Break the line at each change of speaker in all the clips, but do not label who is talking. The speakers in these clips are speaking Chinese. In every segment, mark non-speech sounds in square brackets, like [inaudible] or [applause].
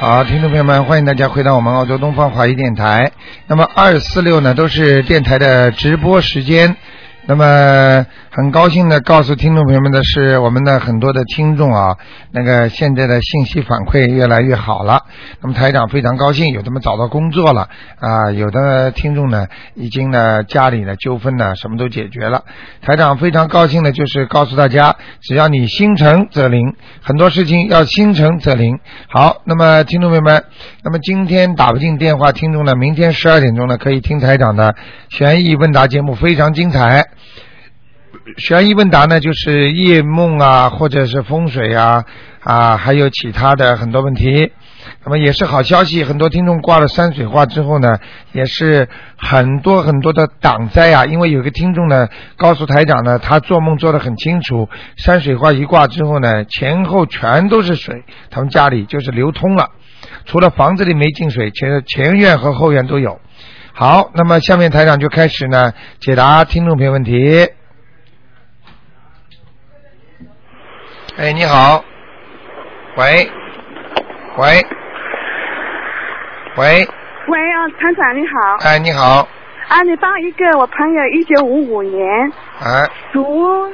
啊好，听众朋友们，欢迎大家回到我们澳洲东方华语电台。那么二四六呢，都是电台的直播时间。那么很高兴的告诉听众朋友们的是，我们的很多的听众啊，那个现在的信息反馈越来越好了。那么台长非常高兴，有的们找到工作了啊，有的听众呢已经呢家里的纠纷呢什么都解决了。台长非常高兴的就是告诉大家，只要你心诚则灵，很多事情要心诚则灵。好，那么听众朋友们，那么今天打不进电话听众呢，明天十二点钟呢可以听台长的悬疑问答节目，非常精彩。悬疑问答呢，就是夜梦啊，或者是风水啊，啊，还有其他的很多问题。那么也是好消息，很多听众挂了山水画之后呢，也是很多很多的挡灾啊。因为有个听众呢，告诉台长呢，他做梦做得很清楚，山水画一挂之后呢，前后全都是水，他们家里就是流通了，除了房子里没进水，前前院和后院都有。好，那么下面台长就开始呢解答听众朋友问题。哎，你好，喂，喂，喂，
喂啊，团长你好
哎，你好，
啊，你帮一个我朋友，一九五五年
哎，
属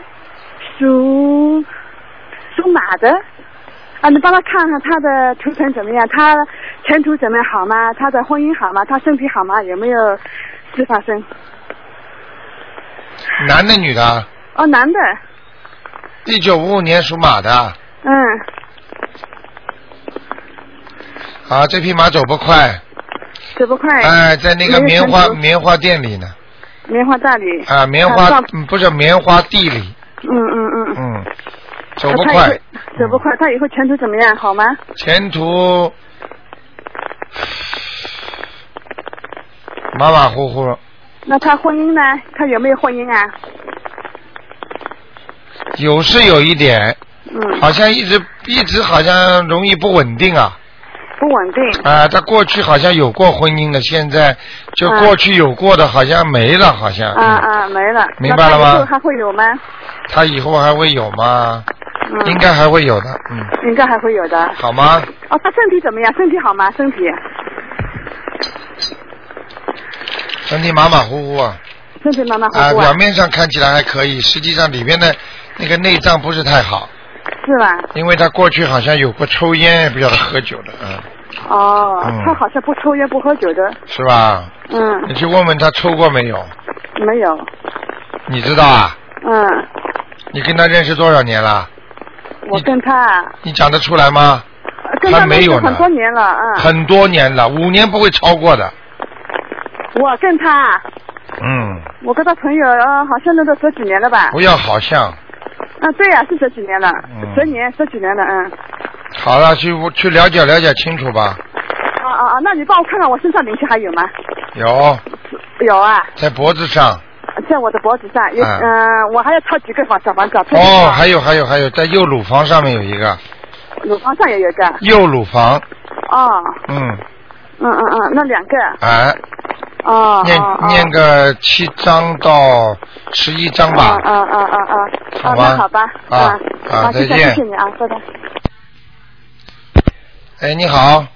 属属马的，啊，你帮他看看他的图腾怎么样，他前途怎么样好吗？他的婚姻好吗？他身体好吗？有没有事发生？
男的女的？
哦，男的，
一九五五年属马的，
嗯，
啊，这匹马走不快，
走不快，
哎，在那个
没
棉
有前
花
途
棉花店里呢，
棉花大理，
啊，棉花
啊
嗯不是棉花地里，
嗯嗯嗯，
嗯，走不
啊他以后
快，
走不快，他以后前途怎么样？好吗？
前途马马虎虎，
那他婚姻呢？他有没有婚姻啊？
有是有一点，
嗯，
好像一直一直好像容易不稳定啊
不稳定。
啊！他过去好像有过婚姻的，现在就
嗯
过去有过的，好像没了，好像。
啊啊，没了。
嗯明白了吗
那他以后还会有吗？
他以后还会有吗？
嗯，
应该还会有的，嗯，
应该还会有的。
好吗？
哦，他身体怎么样？身体好吗？身体，
身体马马虎虎啊，
身体马马
啊，
虎虎
表面上看起来还可以，实际上里边的那个内脏不是太好，
是吧？
因为他过去好像有过抽烟，也不晓得喝酒的，嗯，
哦，
嗯
他好像不抽烟不喝酒的，
是吧？
嗯，
你去问问他抽过没有？
没有，
你知道啊？
嗯，
你跟他认识多少年了？
我跟他啊
你讲得出来吗？
跟他
还没有呢
认识很多年了，嗯，
很多年了，五年不会超过的。
我跟他，
嗯，
我跟他朋友，呃，好像那都十几年了吧？
不要好像。
啊，对呀、是十几年了，
嗯
十年十几年了，嗯，
好了，去去了解了解清楚吧。
啊啊啊，那你帮我看看我身上灵性还有吗？
有
有啊，
在脖子上，
在我的脖子上，也
嗯
嗯、我还要抄几个房小房子啊，配合
哦，
啊
还有还有还有，在右乳房上面有一个
乳房上也有一个，
右乳房，
哦，
嗯，
嗯嗯嗯，那两个，
哎，
哦，
念
哦
念个七章到十一章吧。
哦哦哦哦哦，
好
哦
吧
那好吧，
啊
啊
啊
谢谢
再见
谢谢你啊，拜拜。
哎，你好，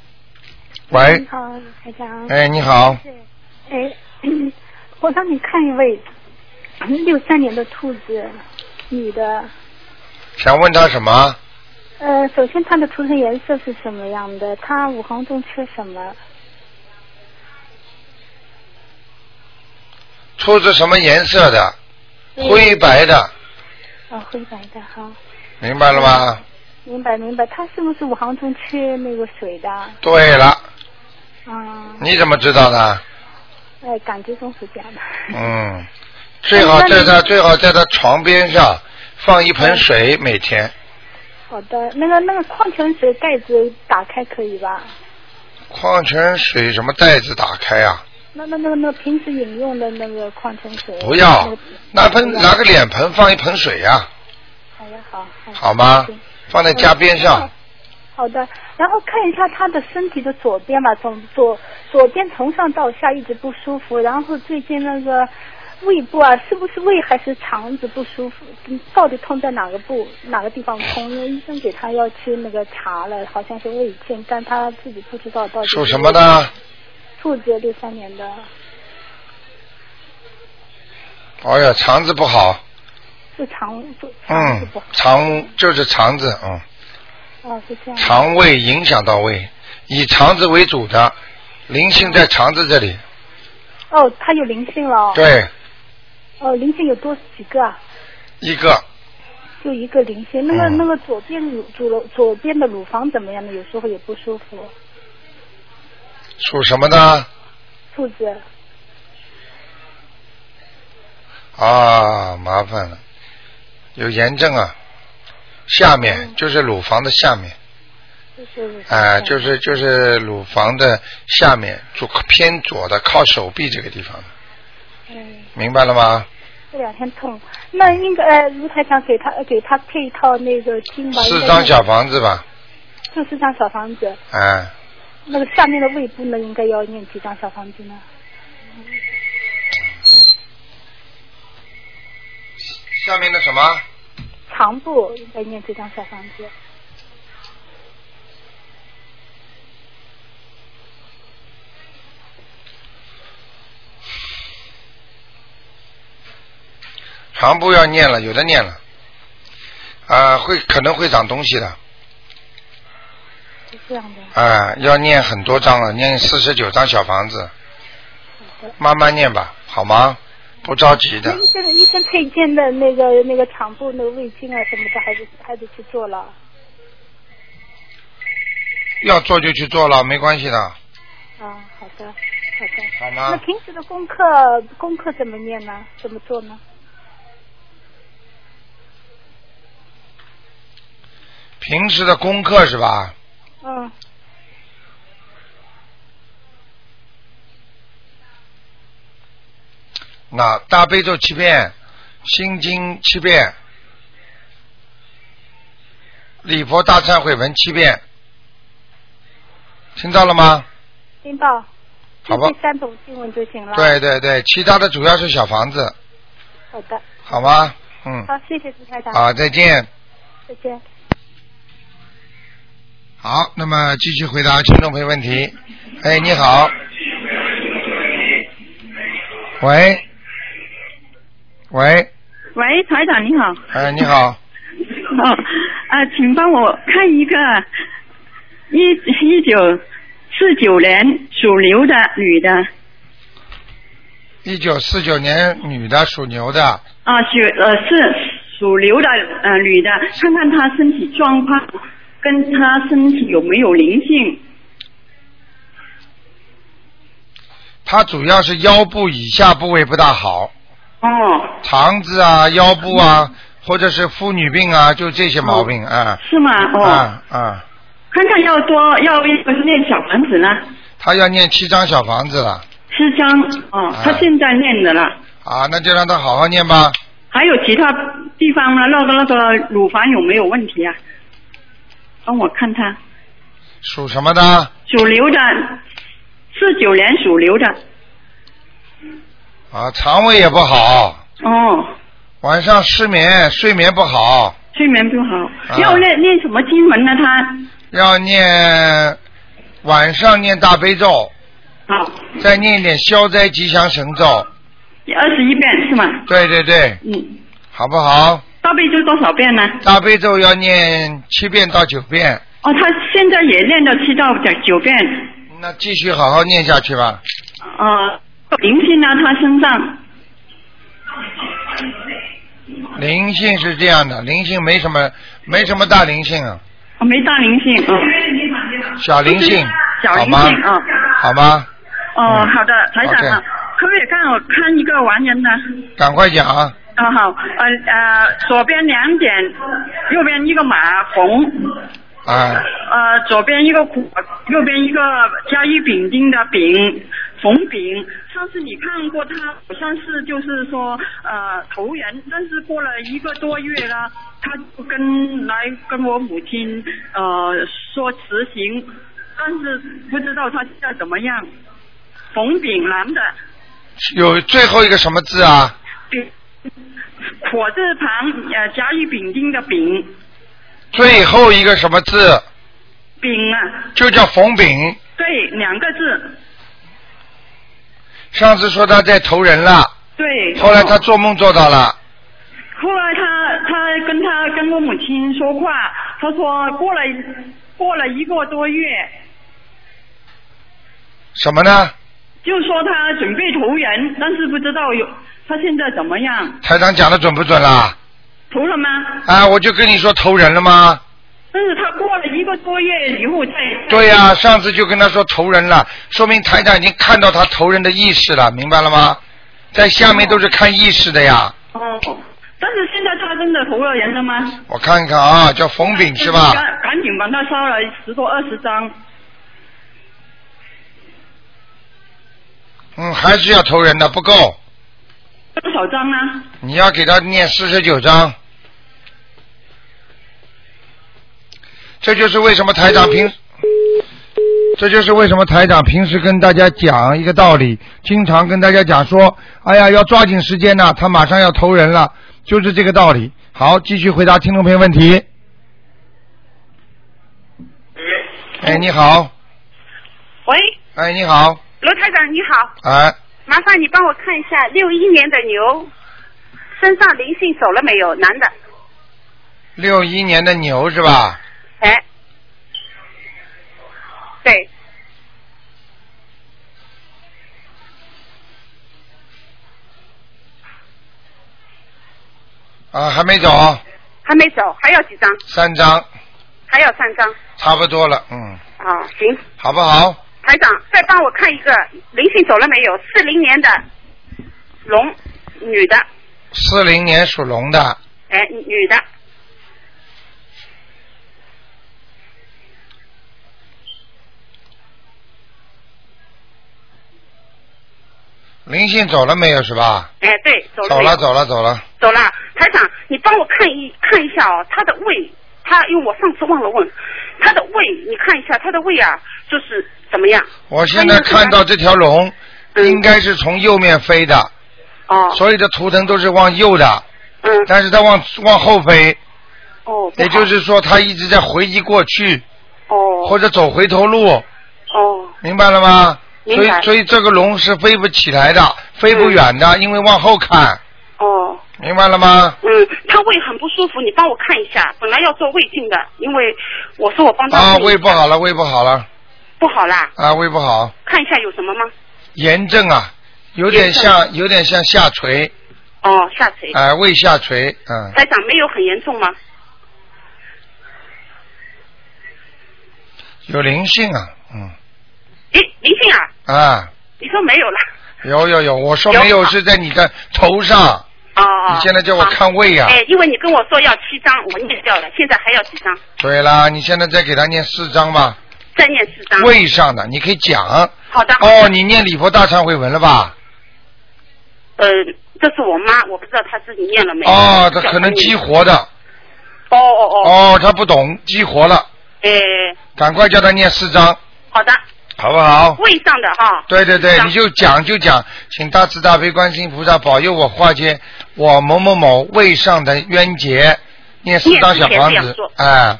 喂
嗯
你，好，卢台长。
哎，你好，
哎， [clears throat] 我让你看一位六三年的兔子，女的。
想问他什么？
呃，首先她的图腾颜色是什么样的？她五行中缺什么？
兔子什么颜色的？
嗯
灰白的，
啊、灰白的哈。
明白了吗？
明白明白，她是不是五行中缺那个水的？
对了，
嗯，
你怎么知道的？
哎，感觉中是这样的。
嗯， [laughs] 最好在他最好在他床边上放一盆
嗯
水，每天
好的，那个那个矿泉水盖子打开可以吧？
矿泉水什么袋子打开啊？
那那那个那个平时饮用的那个矿泉水。
不要
那个
拿盆
不要
拿个脸盆放一盆水呀、
好呀，好。
好吗
行？
放在家边上
嗯。好的，然后看一下他的身体的左边吧，从左左边从上到下一直不舒服，然后最近那个胃部啊，是不是胃还是肠子不舒服？嗯到底痛在哪个部哪个地方痛？因为医生给他要吃那个茶了，好像是胃镜，但他自己不知道到底。
属什么？的？
兔子，六三年的，
哎呀，肠子不好，
是肠不肠子
嗯
不好。，
肠就是肠子，嗯，
哦，是这样。
肠胃影响到胃，以肠子为主的灵性在肠子这里，
哦，他有灵性嗯了哦。。
对，
哦，灵性有多几个啊？
一个
就一个灵性，那个、
嗯
那个左边乳左左边的乳房怎么样呢？有时候也不舒服。
属什么的？
兔子，
啊，麻烦了，有炎症啊，下面就是乳房的下面，
就是
啊、就是是就是乳房的下面左偏左的靠手臂这个地方，
嗯，
明白了吗？
这两天痛。那应该呃卢台长给他给他配一套那个经吧，应
四
该
张小房子吧，
就四张小房子，
啊、
那个下面的胃部呢，应该要念几张小房子呢？
下面的什么？
肠部应该念几张小房子？
肠部要念了，有的念了，啊、会可能会长东西的，啊、
是这样的，
啊要念很多张了，念四十九张小房子，
好的。
慢慢念吧，好吗？不着急
那
的，
医生医生推荐的那个那个肠部那个胃镜啊什么的，还得还得去做了。
要做就去做了，没关系的，
啊，好的，好的。
好
那
吗？
平时的功课功课怎么念呢？怎么做呢？
平时的功课是吧？
嗯，
那大悲咒七遍，心经七遍，礼佛大忏悔文七遍，听到了吗？
听到。
好
就
吧
这三种经文就行了。。
对对对，其他的主要是小房子，
好的，
好吗？嗯，
好，谢谢朱台长，
好，再见。
再见。
好，那么继续回答听众朋友问题。哎，你好。喂，喂，
喂，台长你好。 [laughs]
哎，你好，
哦，啊，请帮我看一个一一九四九年属牛的女的
一九四九年女的，属牛的，
啊，属呃是属牛的呃女的，看看她身体状况，跟她身体有没有灵性？
她主要是腰部以下部位不大好，
哦，
肠子啊、腰部啊，或者是妇女病啊，就这些毛病啊
是吗？哦，
啊啊！
看看要多要不是念小房子呢？
她要念七张小房子了
是张哦，她
啊
现在念的了。
啊，那就让她好好念吧。
还有其他地方呢？那个那个乳房有没有问题啊？帮我看她。
属什么的？
属牛的，四九年属牛的。
啊，肠胃也不好。
哦，
晚上失眠，睡眠不好，
睡眠不好，
啊
要练练什么经文呢？他
要念晚上念大悲咒，
好，
再念一点消灾吉祥神咒。
二十一遍是吗？
对对对，
嗯，
好不好？
大悲咒多少遍呢？
大悲咒要念七遍到九遍，
哦，他现在也练到七到九遍。
那继续好好念下去吧。
呃，灵性呢？他身上
灵性是这样的，灵性没什么，没什么大灵性啊，
哦没大灵性。哦
小灵性，
小
好
灵
吗？
性啊。
好吗？
哦，
嗯
好的，台长啊
OK，
可不可以看我看一个完人呢？
赶快讲啊！
啊好，呃呃，左边两点，右边一个马红，
啊
呃，左边一个果，右边一个甲乙丙丁的丙，冯丙。上次你看过他，好像是就是说呃投人，但是过了呃一个多月了，他就跟来跟我母亲呃说辞行，但是不知道他现在怎么样。冯丙男的，
有最后一个什么字啊？
丙，火字旁呃甲乙丙丁的丙，
最后一个什么字？
丙啊，
就叫冯炳。
对，两个字，
上次说他在投人了，
对。
后来他做梦做到了，
后来他他跟他跟我母亲说话，他说过了过了一个多月，
什么呢？
就说他准备投人，但是不知道有他现在怎么样，
台长讲的准不准啦？
投了吗？
啊，我就跟你说投人了吗？
但是他过了一个多月以后再
对呀、上次就跟他说投人了，说明台长已经看到他投人的意识了，明白了吗？在下面都是看意识的呀。
哦，但是现在他真的投了人了吗？
我看看啊，叫冯炳是吧？
赶赶紧帮他烧了十多二十张，
嗯，还是要投人的，不够，
多少张啊呢？
你要给他念四十九章。这就是为什么台长平，这就是为什么台长平时跟大家讲一个道理，经常跟大家讲说，哎呀，要抓紧时间呐、他马上要投人了，就是这个道理。好，继续回答听众朋友问题。哎，你好，
喂，
哎，你好，
罗台长你好，
哎，
麻烦你帮我看一下六一年的牛身上灵性走了没有？男的，
六一年的牛是吧？
哎，对，
啊，还没走，
还没走，还要几张？
三张，
还要三张
差不多了，嗯，
啊、行，
好不好？
台长再帮我看一个灵性走了没有？四零年的龙，女的，
四零年属龙的，
哎，女的，
灵性走了没有是吧？
哎，对，走了
走
没有
了，走了，走了。
走了。台长，你帮我看一看一下哦，他的胃，他因为我上次忘了问，他的胃，你看一下他的胃啊，就是怎么样？
我现在看到这条龙
嗯
应该是从右面飞的，
哦，
所有的图腾都是往右的，
嗯，
但是它往往后飞，
哦，不好
也就是说它一直在回忆过去
哦
或者走回头路，
哦
明白了吗？所
明白
以所以这个龙是飞不起来的，飞不远的，因为往后看，
哦，
明白了吗？
嗯，他胃很不舒服，你帮我看一下。本来要做胃镜的，因为我说我帮他
啊，
看一下
胃不好了，胃不好了，
不好啦，
啊，胃不好，
看一下有什么吗？
炎症啊，有点像有点像下垂，
哦，下垂。
啊、胃下垂，嗯，
台长没有很严重吗？
有灵性啊，嗯，
诶，林性啊，
啊，
你说没有了？
有有有，我说没有
有
是在你的头上，
哦哦。
你现在叫我
好
看胃啊呀、
哎，因为你跟我说要七张，我念掉了，现在还要几张？
对啦，你现在再给他念四张吧，
再念四张。
胃上的你可以讲，
好的。好
哦，
的。
你念礼佛大忏悔文了吧？
呃，这是我妈，我不知道她自己念了没有。
哦，他可能激
激。
活的，
哦哦哦。
哦，他不懂，激活了，
哎，
赶快叫他念四张，
好的，
好不好？
胃上的哈。
对对对
四，张
你就讲就讲，请大慈大悲观世音菩萨保佑我化解我某某某胃上的冤结，念四张小房
念之前这
子
样做，
哎，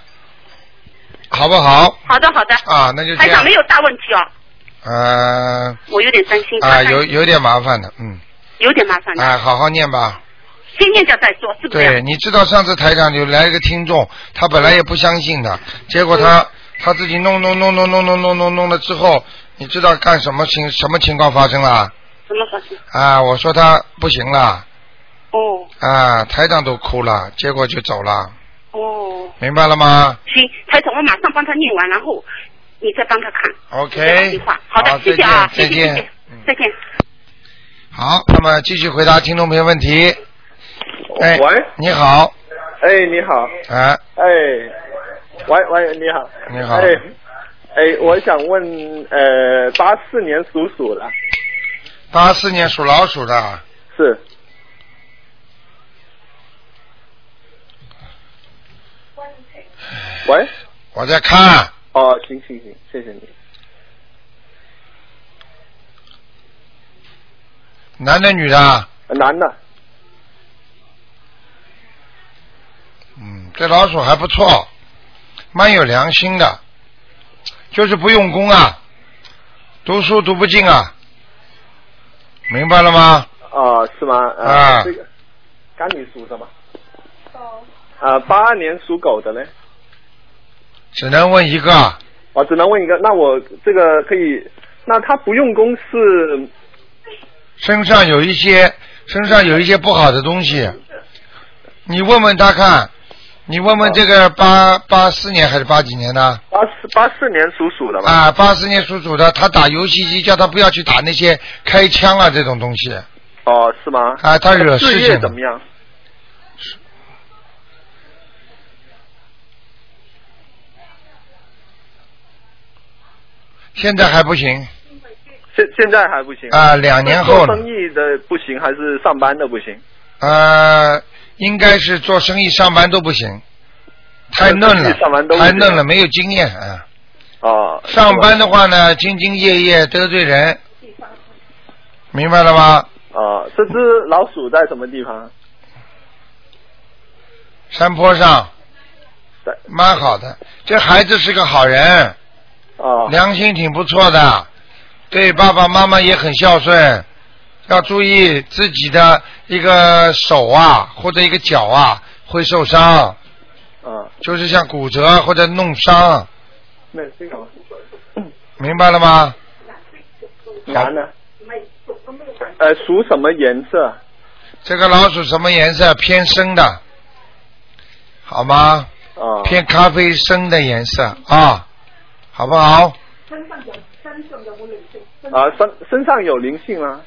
好不好？
好的好的。
啊，那就这
台长
样
没，有大问题哦，
嗯、
我有点担心。
啊，
麻烦
有有点麻烦的，嗯，
有点麻烦的，
哎，好好念吧。
先念掉再说，是不是？啊
对，你知道上次台长有来一个听众，他本来也不相信的，结果
嗯
他他自己弄弄弄弄弄弄弄弄弄了之后，你知道干什么情什么情况发生了？
怎么回事？
啊，我说他不行了。
哦
啊，台长都哭了，结果就走了，
哦，
明白了吗
行，台长，我马上帮他念完，然后你再帮他看。你再打
？OK，
电话，好的，谢
再见，嗯再
谢啊，谢谢谢
见
谢。，再见。
好，那么继续回答听众朋友问题。哎，
哦喂，
你好，
哎，你好，
啊，
哎，喂喂，你好，
你好
哎，哎，我想问，呃，八四年属鼠的，
八四年属老鼠的，
是，喂，
我在看，
哦，行行行，谢谢你，
男的女的啊？
男的，
嗯，这老鼠还不错，蛮有良心的，就是不用功啊，读书读不进啊，明白了吗？
哦，是吗？呃、
啊
这个，干你属什么？啊，八二年属狗的呢？
只能问一个啊，
我只能问一个，那我这个可以，那他不用功是
身上有一些身上有一些不好的东西，你问问他看，你问问这个八八四年还是八几年的？
八四八四年属鼠的吧？
啊，八四年属鼠的，他打游戏机，叫他不要去打那些开枪啊这种东西
哦，是吗？
啊，他惹
事
事
业
情
怎
了
么样？
现在还不行
现现在还不行。
啊，两年后
做
了
生意的不行，还是上班的不行？
啊，应该是做生意上班都不行，太嫩了
做生意上班都，不
太
行
嫩了，没有经验啊。
哦，
上班的话呢，兢兢业业得罪人，明白了吧？
哦，这只老鼠在什么地方？
山坡上
在
蛮好的，这孩子是个好人，
哦
良心挺不错的，对爸爸妈妈也很孝顺。要注意自己的一个手啊，或者一个脚啊会受伤，
哦，
就是像骨折或者弄伤，
那这个
明白了吗？
男的，呃，属什么颜色？
这个老鼠什么颜色？偏深的，好吗？
哦，
偏咖啡深的颜色啊，好不好？
啊，身身上有灵性吗？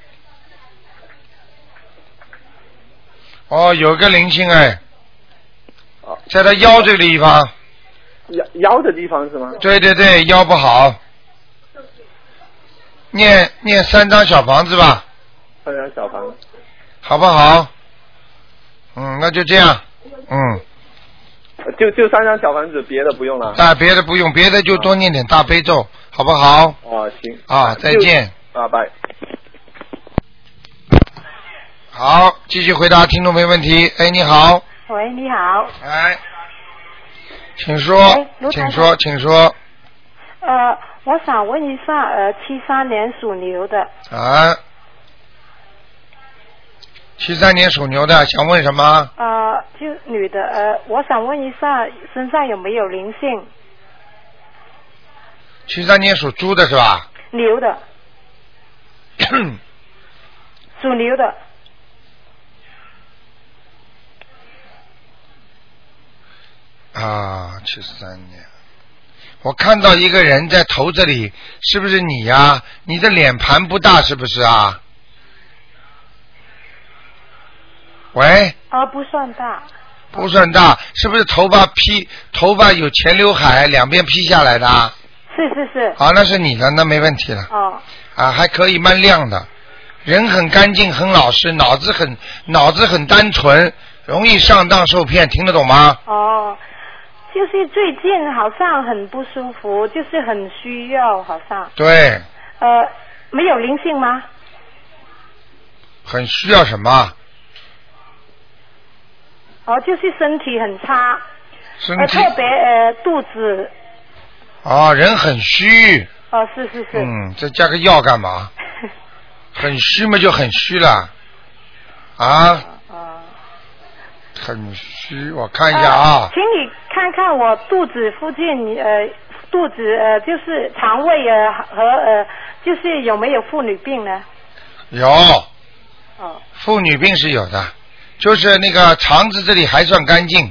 哦，有一个灵性哎
哦，
在他腰这个地方，
腰腰的地方是吗？
对对对，腰不好。念念三张小房子吧，
三张小房子。
好不好？嗯，那就这样。嗯，
呃就就三张小房子，别的不用了。
啊，别的不用，别的就多念点大悲咒，好不好？
哦，行
啊，再见。
啊，拜。
好，继续回答听众朋友问题。哎，你好，
喂，你好，
哎，请说
喂，哎卢
请
台
说，请说。
呃，我想问一下，呃，七三年属牛的，
啊，七三年属牛的，想问什么？
呃，就女的，呃，我想问一下身上有没有灵性？
七三年属猪的是吧？
牛的，属牛的，
啊，七三年，我看到一个人在头这里，是不是你呀、你的脸盘不大，是不是啊？喂，
啊，不算大，
不算大，是不是头发披头发有前刘海，两边披下来的啊？
是是是，
好，那是你的，那没问题了。
哦，
啊，还可以，蛮亮的，人很干净，很老实，脑子很脑子很单纯，容易上当受骗，听得懂吗？
哦，就是最近好像很不舒服，就是很需要，好像，
对，
呃，没有灵性吗？
很需要什么？
哦，就是身体很差，
身
呃，
体
特别呃肚子，
哦，人很虚，
哦，是是是，
嗯，再加个药干嘛？很虚嘛，就很虚了，啊，
哦。
很虚，我看一下啊
呃，请你看看我肚子附近呃，肚子呃就是肠胃呃和呃就是有没有妇女病呢？
有
哦
妇女病是有的，就是那个肠子这里还算干净，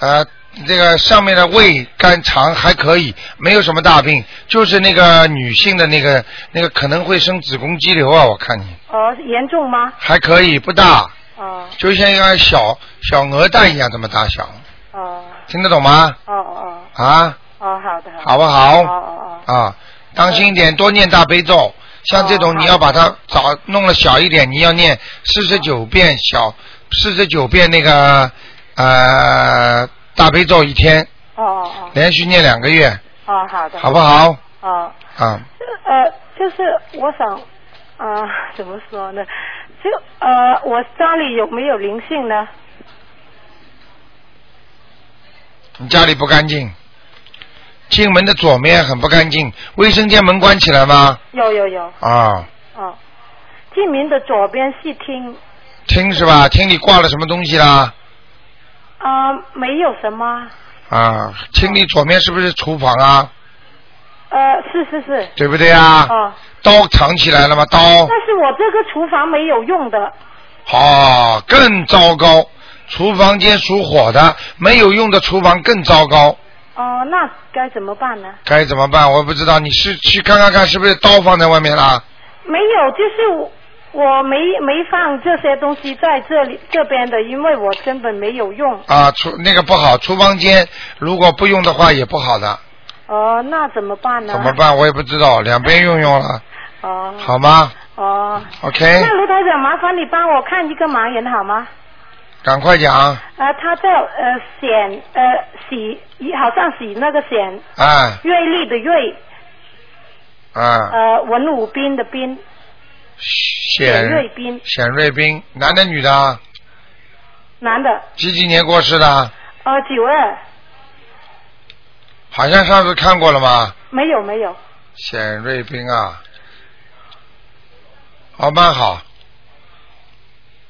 呃，这个上面的胃、肝、肠还可以，没有什么大病，就是那个女性的那个那个可能会生子宫肌瘤啊，我看你
哦，严重吗？
还可以，不大，
哦
就像一个小小鹅蛋一样这么大小，
哦
听得懂吗？
哦哦
啊，
哦，好的好
好
的。
不
哦
好？
哦哦
啊，当心一点，多念大悲咒。像这
哦
种你要把它早弄了小一点，你要念四十九遍小四十九遍那个呃大悲咒一天，
哦哦
连续念两个月，
哦，好的。
好不好？
哦
啊，
呃，就是我想 [laughs] 啊、怎么说呢？就呃，我家里有没有灵性呢？
你家里不干净，进门的左面很不干净，卫生间门关起来吗？
有有有，
啊，
哦，进门的左边是厅，
厅是吧？厅里挂了什么东西啦？
啊、没有什么，
啊，厅里左面是不是厨房啊？
呃，是是是，
对不对啊？
哦，
刀藏起来了吗？刀，
但是我这个厨房没有用的，
哦，更糟糕。厨房间属火的，没有用的厨房更糟糕，
哦、那该怎么办呢？
该怎么办？我不知道，你是去看看看是不是刀放在外面啦？
没有，就是我我没没放这些东西在这里这边的，因为我根本没有用。
啊，厨那个不好，厨房间如果不用的话也不好的，
哦、那怎么办呢？
怎么？办？我也不知道，两边用用了，
哦、
好吗
哦、
？OK，
那卢台长，麻烦你帮我看一个盲人好吗？
赶快讲，啊
呃，他叫呃显呃喜，好像喜那个显，
哎
瑞丽的瑞，
哎，
呃文武斌的斌，
显
瑞斌，
显瑞斌，男的女的啊？
男的，
几几年过世的？
呃九二，
好像上次看过了吗？
没有没有，
显瑞斌啊，哦，蛮好，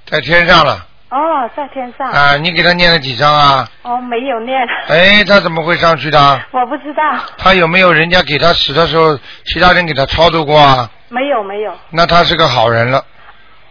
在天上了
哦在天上，
啊！你给他念了几张啊？
哦没有念， [laughs]
哎，他怎么会上去的？
我不知道，
他有没有人家给他使的时候，其他人给他超度过啊？
没有没有，
那他是个好人了。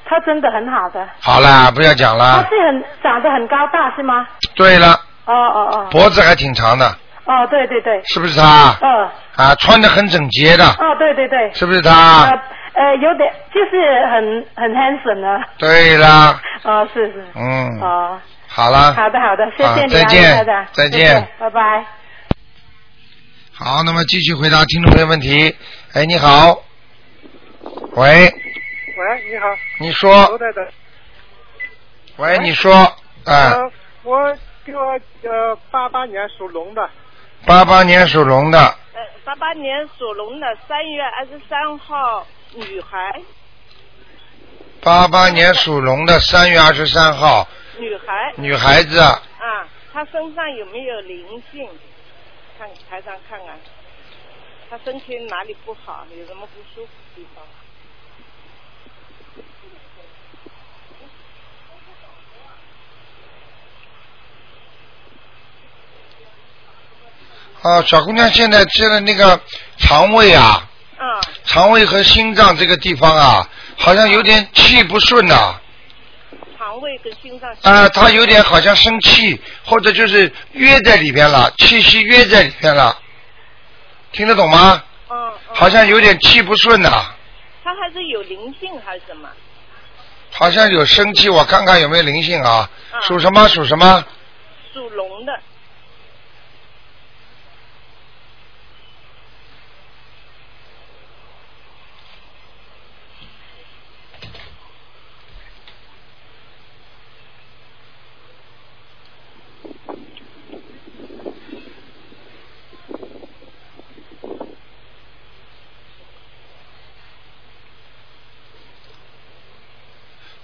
他真的很好的，
好啦，啊不要讲
他
啦。
是很长得很高大是吗？
对了，
哦哦哦，
脖子还挺长的，
哦对对对，
是不是他？
呃
啊，穿的很整洁的，
哦对对对，
是不是他？
呃呃有点就是很很 handsome 啊，
对啦，
哦是是，
嗯，
哦。
好啦。
好的，好的，谢
好
谢你
再
啊，
见
台长，
再见
谢谢，拜拜。
好，那么继续回答听众朋友问题。哎，你好，喂，
喂，你好，
你
罗
说，
太太。
喂，你说，哎，
呃，我给我呃八八年属龙的，
八八年属龙的，
呃，八八年属龙的，三月二十三号，女孩，
八八年属龙的三月二十三号，
女孩
女孩子，
啊，她身上有没有灵性？看台上看看，她身体哪里不好，有什么不舒服的地方？
啊，小姑娘现在现在那个肠胃啊，
啊，
肠胃和心脏这个地方啊，好像有点气不顺呐、啊，
肠胃跟心脏。
她有点好像生气，或者就是约在里边了，气息约在里边了，听得懂吗？
嗯。嗯
好像有点气不顺呐、
她还是有灵性还是什么？
好像有生气，我看看有没有灵性啊？
嗯
属什么？属什么？
属龙的，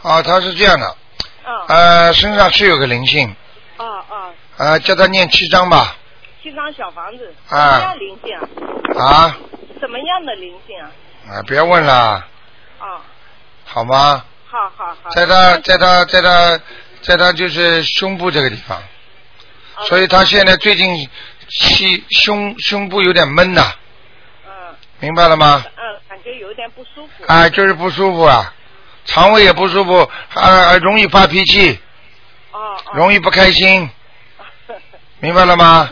啊，他是这样的，
啊
呃，身上是有个灵性，
啊啊，
啊，叫他念七章吧，
七张小房子，什
啊
么样灵性啊？
啊，
什么样的灵性啊？
啊，别问了，
啊，
好吗？
好好好。
在他，在他，在他，在他就是胸部这个地方，
啊
所以他现在最近气胸胸部有点闷呐、
嗯
明白了吗？
嗯，感觉有点不舒服。
啊，就是不舒服啊，肠胃也不舒服，啊，容易发脾气，
哦哦。
容易不开
[laughs]
心，明白了吗？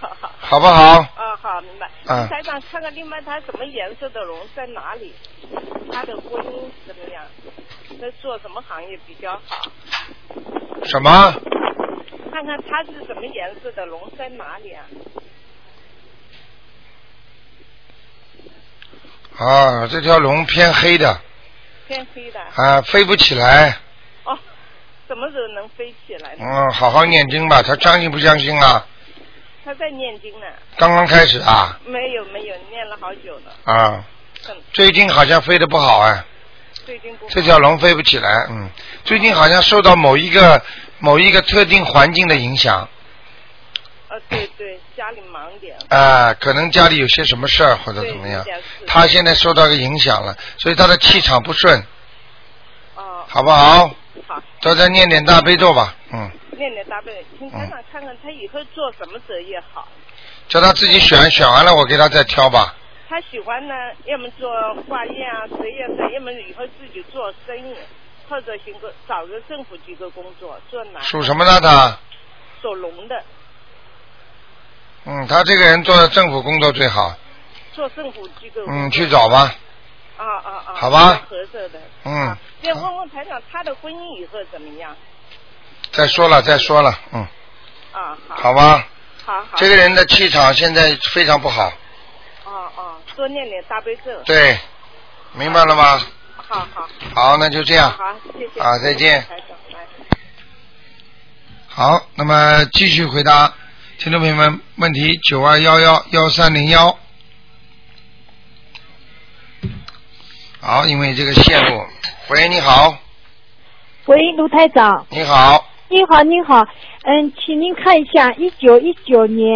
好好。
好不好？
啊，好，明白。
嗯
台长，看看另外它什么颜色的龙在哪里？它的婚姻怎么样？那做什么行业比较好？
什么？
看看它是什么颜色的龙在哪里啊？
啊，这条龙偏黑的
偏黑的。
啊，飞不起来。
哦，什么时候能飞起来呢？
嗯，好好念经吧。他相信不相信啊？
它在念经呢，
刚刚开始啊
没有没有，念了好久了，
啊，
很
最近好像飞得不好啊。
最近不好
这条龙飞不起来，嗯，最近好像受到某一个某一个特定环境的影响，
呃，对对，家里忙点，
啊，可能家里有些什么事儿或者怎么样，他现在受到个影响了，所以他的气场不顺，好不好？
哦好，
多再念点大悲咒吧，嗯，
念念大悲，请台长看看他以后做什么职业好。
叫他自己选，选完了我给他再挑吧。
他喜欢呢，要么做化验啊、实验的，要么以后自己做生意，或者行个找个政府机构工作，做哪？
属什么呢他？
属龙的，
嗯，他这个人做政府工作最好，
做政府机构。
嗯，去找吧，
啊啊啊！
好吧
合适的。啊
嗯，
再问问台长，他的婚姻以后怎么样？
再说了再说了，嗯，
啊，好。
好吧。
好好。
这个人的气场现在非常不好，
哦哦，多念点大悲咒。。
对，明白了吗？
好好。
好，那就这样。
好，谢谢。
啊再见
台长，拜。
好，那么继续回答听众朋友们问题九二幺幺幺三零幺。好，因为这个线路。喂，你好，
喂，卢台长，
你好，
你好，你好，嗯，请您看一下，一九一九年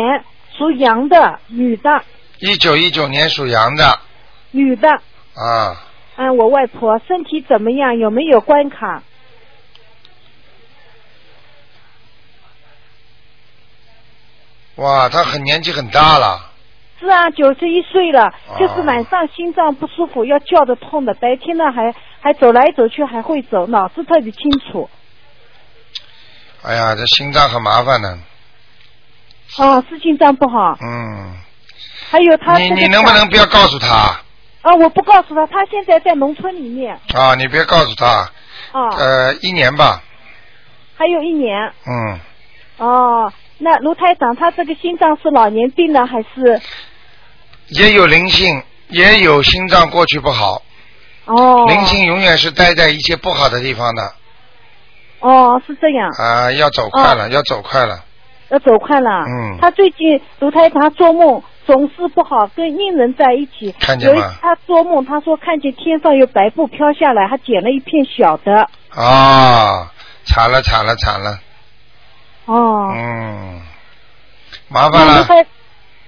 属羊的女的，
一九一九年属羊的
女的，
啊，
嗯，我外婆身体怎么样？有没有关卡？
哇，他很年纪很大了，
是啊，九十一岁了，
啊
就是晚上心脏不舒服，要叫的痛的，白天呢还还走来走去，还会走，脑子特别清楚。
哎呀，这心脏很麻烦的，
哦，是心脏不好，
嗯，
还有她
你
这个
你能不
长
能不要告诉他
啊？我不告诉她，她现在在农村里面
啊？你别告诉他，
啊，
呃，一年吧，
还有一年。
嗯，
哦，那卢台长他这个心脏是老年病呢，还是
也有灵性，也有心脏过去不好，
哦
灵性永远是待在一些不好的地方的
哦是这样？
啊，要走快
哦
了，要走快了，
要走快了。
嗯
他最近卢台长做梦总是不好，跟阴人在一起。
看见吗
有一次他做梦，他说看见天上有白布飘下来，还捡了一片小的。
啊，惨了惨了惨了，
哦，
嗯，麻烦
那卢
了，
台，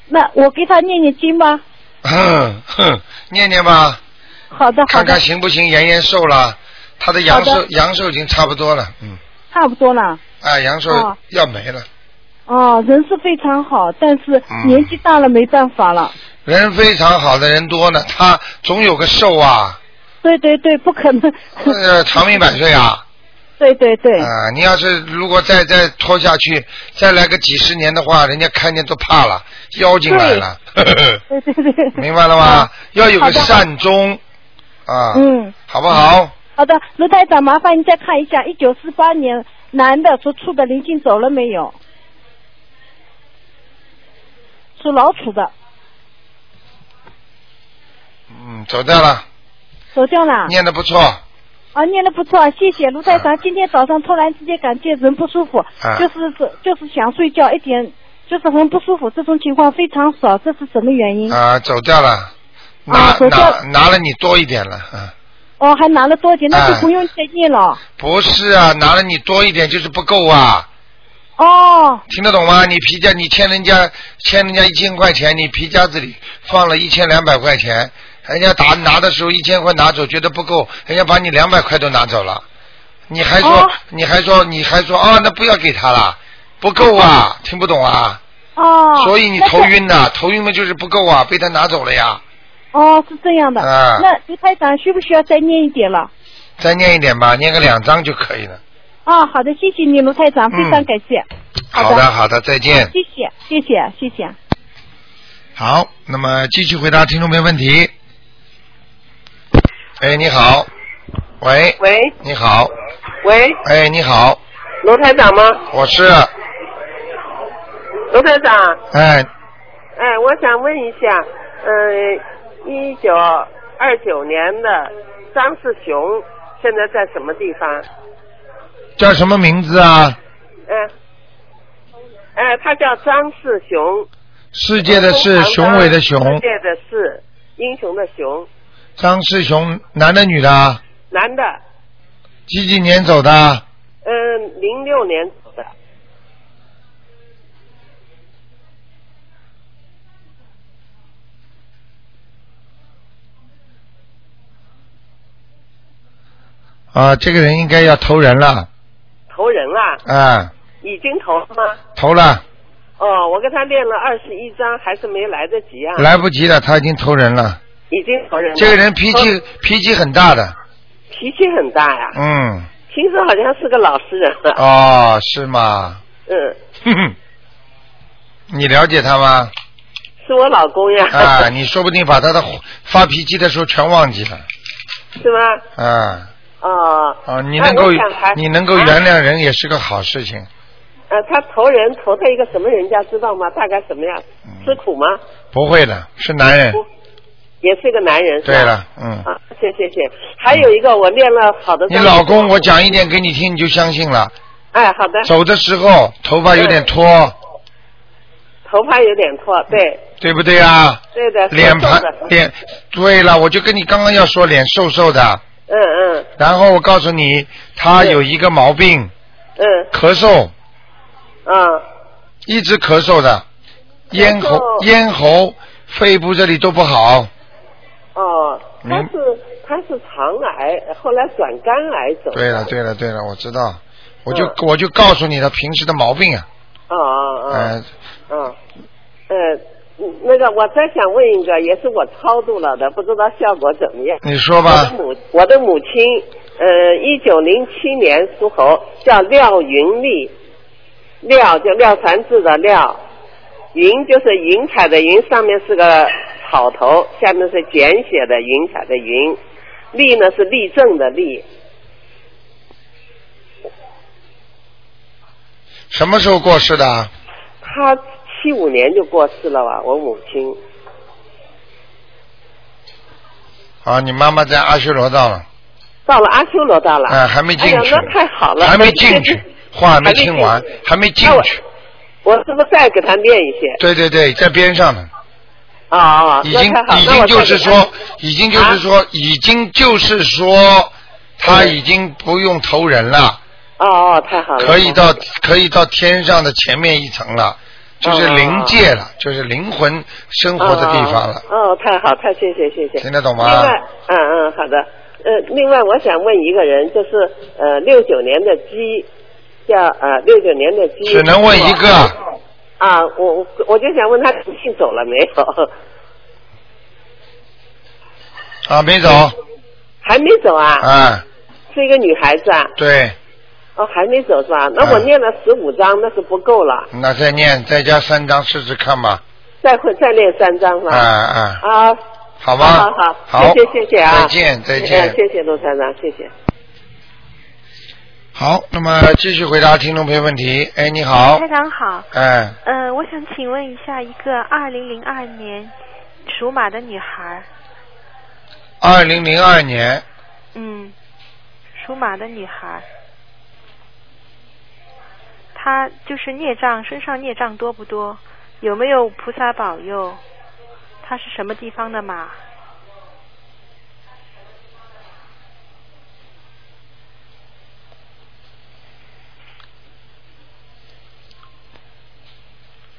那我给他念念经吧。
哼哼，念念吧，
好的，好
看
的
看，行不行，延延寿了，他的阳
好
寿
的
阳寿已经差不多了，嗯，
差不多了。
啊，阳寿
哦
要没了。
哦，人是非常好，但是
嗯
年纪大了没办法了。
人非常好的人多呢，他总有个寿
[laughs]
啊，
对对对，不可能。 [laughs]
呃，长命百岁啊。
对对对。
啊、你要是如果再再拖下去，再来个几十年的话，人家看见都怕了，妖精来了。
对对对。
明白了吗？要有
好
个
的
善终啊，
嗯，
好不好？
好的，卢台长，麻烦你再看一下，一九四八年男的属兔的灵性走了没有？属老鼠的
嗯，走掉了，
走掉了。
念的不错，
啊，念的不错啊，谢谢卢台长。今天早上突然之间感觉人不舒服，
啊
就是就是想睡觉，一点就是很不舒服，这种情况非常少，这是什么原因？
啊，走掉了，拿、
啊走掉
拿
了
拿了你多一点了，啊，
哦，还拿了多点，那
啊
就不用再念了。
不是啊，拿了你多一点就是不够啊。
哦，
听得懂吗？你皮夹你欠人家欠人家一千块钱，你皮夹子里放了一千两百块钱，人家打拿的时候一千块拿走，觉得不够，人家把你两百块都拿走了，你还说、
哦
你还说你还说啊、那不要给他了，不够啊，听不懂啊？
哦，
所以你
那
头
是
晕呐、头晕嘛就是不够啊，被他拿走了呀。
哦，是这样的。
啊
那卢台长需不需要再念一点了？
再念一点吧，念个两张就可以了。
啊，好的，谢谢你，卢台长，非
嗯
常感谢。
好
的
的，好的，再见。
谢谢，谢谢，谢谢。
好，那么继续回答听众朋友问题。哎，你好，喂，
喂
你好，
喂，
哎，你好，
罗台长吗？
我是，
罗台长，
哎，
哎，我想问一下，嗯、呃，一九二九年的张世雄现在在什么地方？
叫什么名字啊？
嗯、哎，他叫张世雄，
世界的是雄伟的雄
世，界的是英雄的雄，
张世雄，男的女的啊？
男的，
几几年走的？
嗯，零六年走的，
啊，这个人应该要投人了，
投人了，
啊，
已经投了吗？
投了，
哦，我给他练了二十一章，还是没来得及啊。
来不及了，他已经投人了。
已经投人了。
这个人脾气
哦
脾气很大的，
脾气很大呀、
嗯，
听说好像是个老实人了。
哦，是吗？ [laughs]
嗯，
哼哼，你了解他吗？
是我老公 [laughs] 呀。
啊，你说不定把他的发脾气的时候全忘记了，
[laughs] 是吗？
啊
哦。
啊，你
哎
能够
我想还啊
你能够原谅人也是个好事情，
呃，他投人投他一个什么人家知道吗？大概什么样？
嗯
吃苦吗？
不会的，是男人。
也是个男人。是吧
对了，嗯，
啊，谢谢谢。还有一个，我练了好的。
你老公，我讲一。点给你听，你就相信
[laughs]
了。
哎，好的。
走的时候头发有点脱，
头发有点脱，对
对不对啊？
对的。
嗯脸
瘦瘦
盘
的
脸，对了，我就跟你刚刚要说脸瘦瘦的，
嗯嗯
然后我告诉你，他有一个毛病，
嗯
咳嗽，
嗯，
一直咳嗽的，咽喉
咳嗽
咽喉、肺部这里都不好，
哦，他
嗯
是他是肠癌，后来转肝癌走。
对了，对了，对了，我知道，我
嗯
就、我就告诉你他平时的毛病啊，
哦哦哦。
呃，
嗯，呃，那个我再想问一个，也是我超度了的，不知道效果怎么样？
你说吧
我的母，我的母亲，呃，一九零七年属猴，叫廖云丽，廖就廖传志的廖，云就是云彩的云，上面是个草头，下面是简写的云彩的云，丽呢是立正的立，
什么时候过世的啊？
她七五年就过世了吧，我母亲。
啊，你妈妈在阿修罗道了，
到了阿修罗道了，
哎还没进去
哎呀，那太好了，，
还没进去话还没听完，还没进去。
我是不是再给他念一些？
对对对，在边上呢，
啊、哦，
已
那
经
太好
已
那我
经就
再
是
给他啊
说，已经就是说，已经就是说，他已经不用投人了，
啊
哦哦，太好了，
可以到可以到天上的前面一层了，就是
啊
灵界了，就是灵魂生活的地方了。
哦，哦太好，太谢谢谢谢。
听得懂
另
吗？
外，嗯嗯，好的。呃，另外我想问一个人，就是呃六九年的鸡，叫呃六九年的鸡。
只能问一个。
啊，我我我就想问他不信走了没有？ [laughs]
啊，没走，
还没走啊？
啊，
是一个女孩子啊。
对，
哦，还没走是吧？那我
嗯
念了十五章，那是不够了，
那再念再加三张试试看吧，
再会再念三章吧。
啊啊，
啊，
好
好
吧，
好好，
好
谢谢谢谢啊，
再见再
哎
见。
谢谢陆团长，谢谢。
好，那么继续回答听众朋友问题。哎，你好
台，长好，
哎，
呃，我想请问一下，一个二零零二年属马的女孩，
二零零二年
嗯，属马的女孩，她就是孽障，身上孽障多不多？有没有菩萨保佑？她是什么地方的马？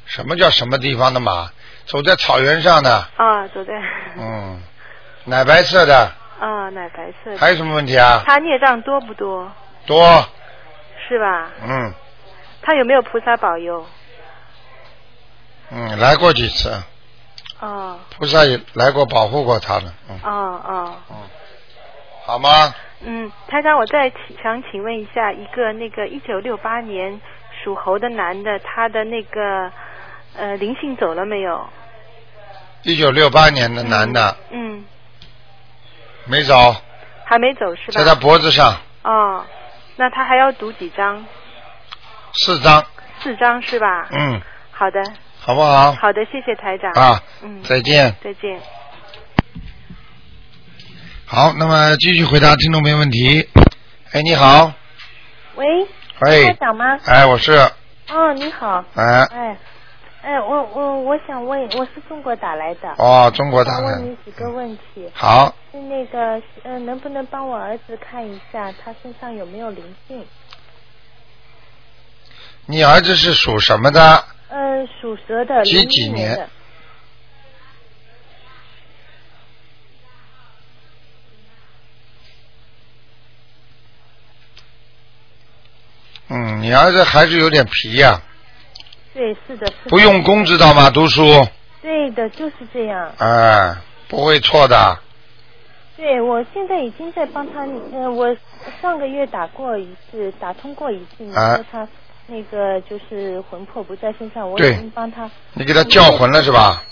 什么叫什么地方的马？走在草原上的，
啊，走在
嗯，奶白色的，
[laughs] 啊，奶白色的。
还有什么问题啊？
她孽障多不多？
多，
是吧？
嗯
她有没有菩萨保佑？
嗯，来过几次，
哦
菩萨也来过保护过他的，嗯，
哦哦。
好吗？
嗯，台长，我再请想请问一下，一个那个一九六八年属猴的男的，他的那个呃灵性走了没有？
一九六八年的男的
嗯，
没走，
还没走是吧？
在他脖子上
哦，那他还要读几张？
四张，
四张是吧？
嗯，
好的，
好不好？
好的，谢谢台长。
啊
嗯，
再见
再见。
好，那么继续回答听众朋友问题。哎，你好，
喂，
哎
台长吗？
哎，我是，
哦，你好。
哎
哎，哎，我我我想问，我是中国打来的。
哦中国打来
我问你几个问题。
好。
是那个，呃，能不能帮我儿子看一下他身上有没有灵性？
你儿子是属什么的？
呃，属蛇的。
几
01
几年
的？
嗯，你儿子还是有点皮呀、
对，是的，是的。
不用功知道吗？读书，
对的，就是这样。
哎，不会错的。
对，我现在已经在帮他，呃，我上个月打过一次，打通过一次，你
啊
说他那个就是魂魄不在身上，我
对
已经帮他。
你给他叫魂了是吧？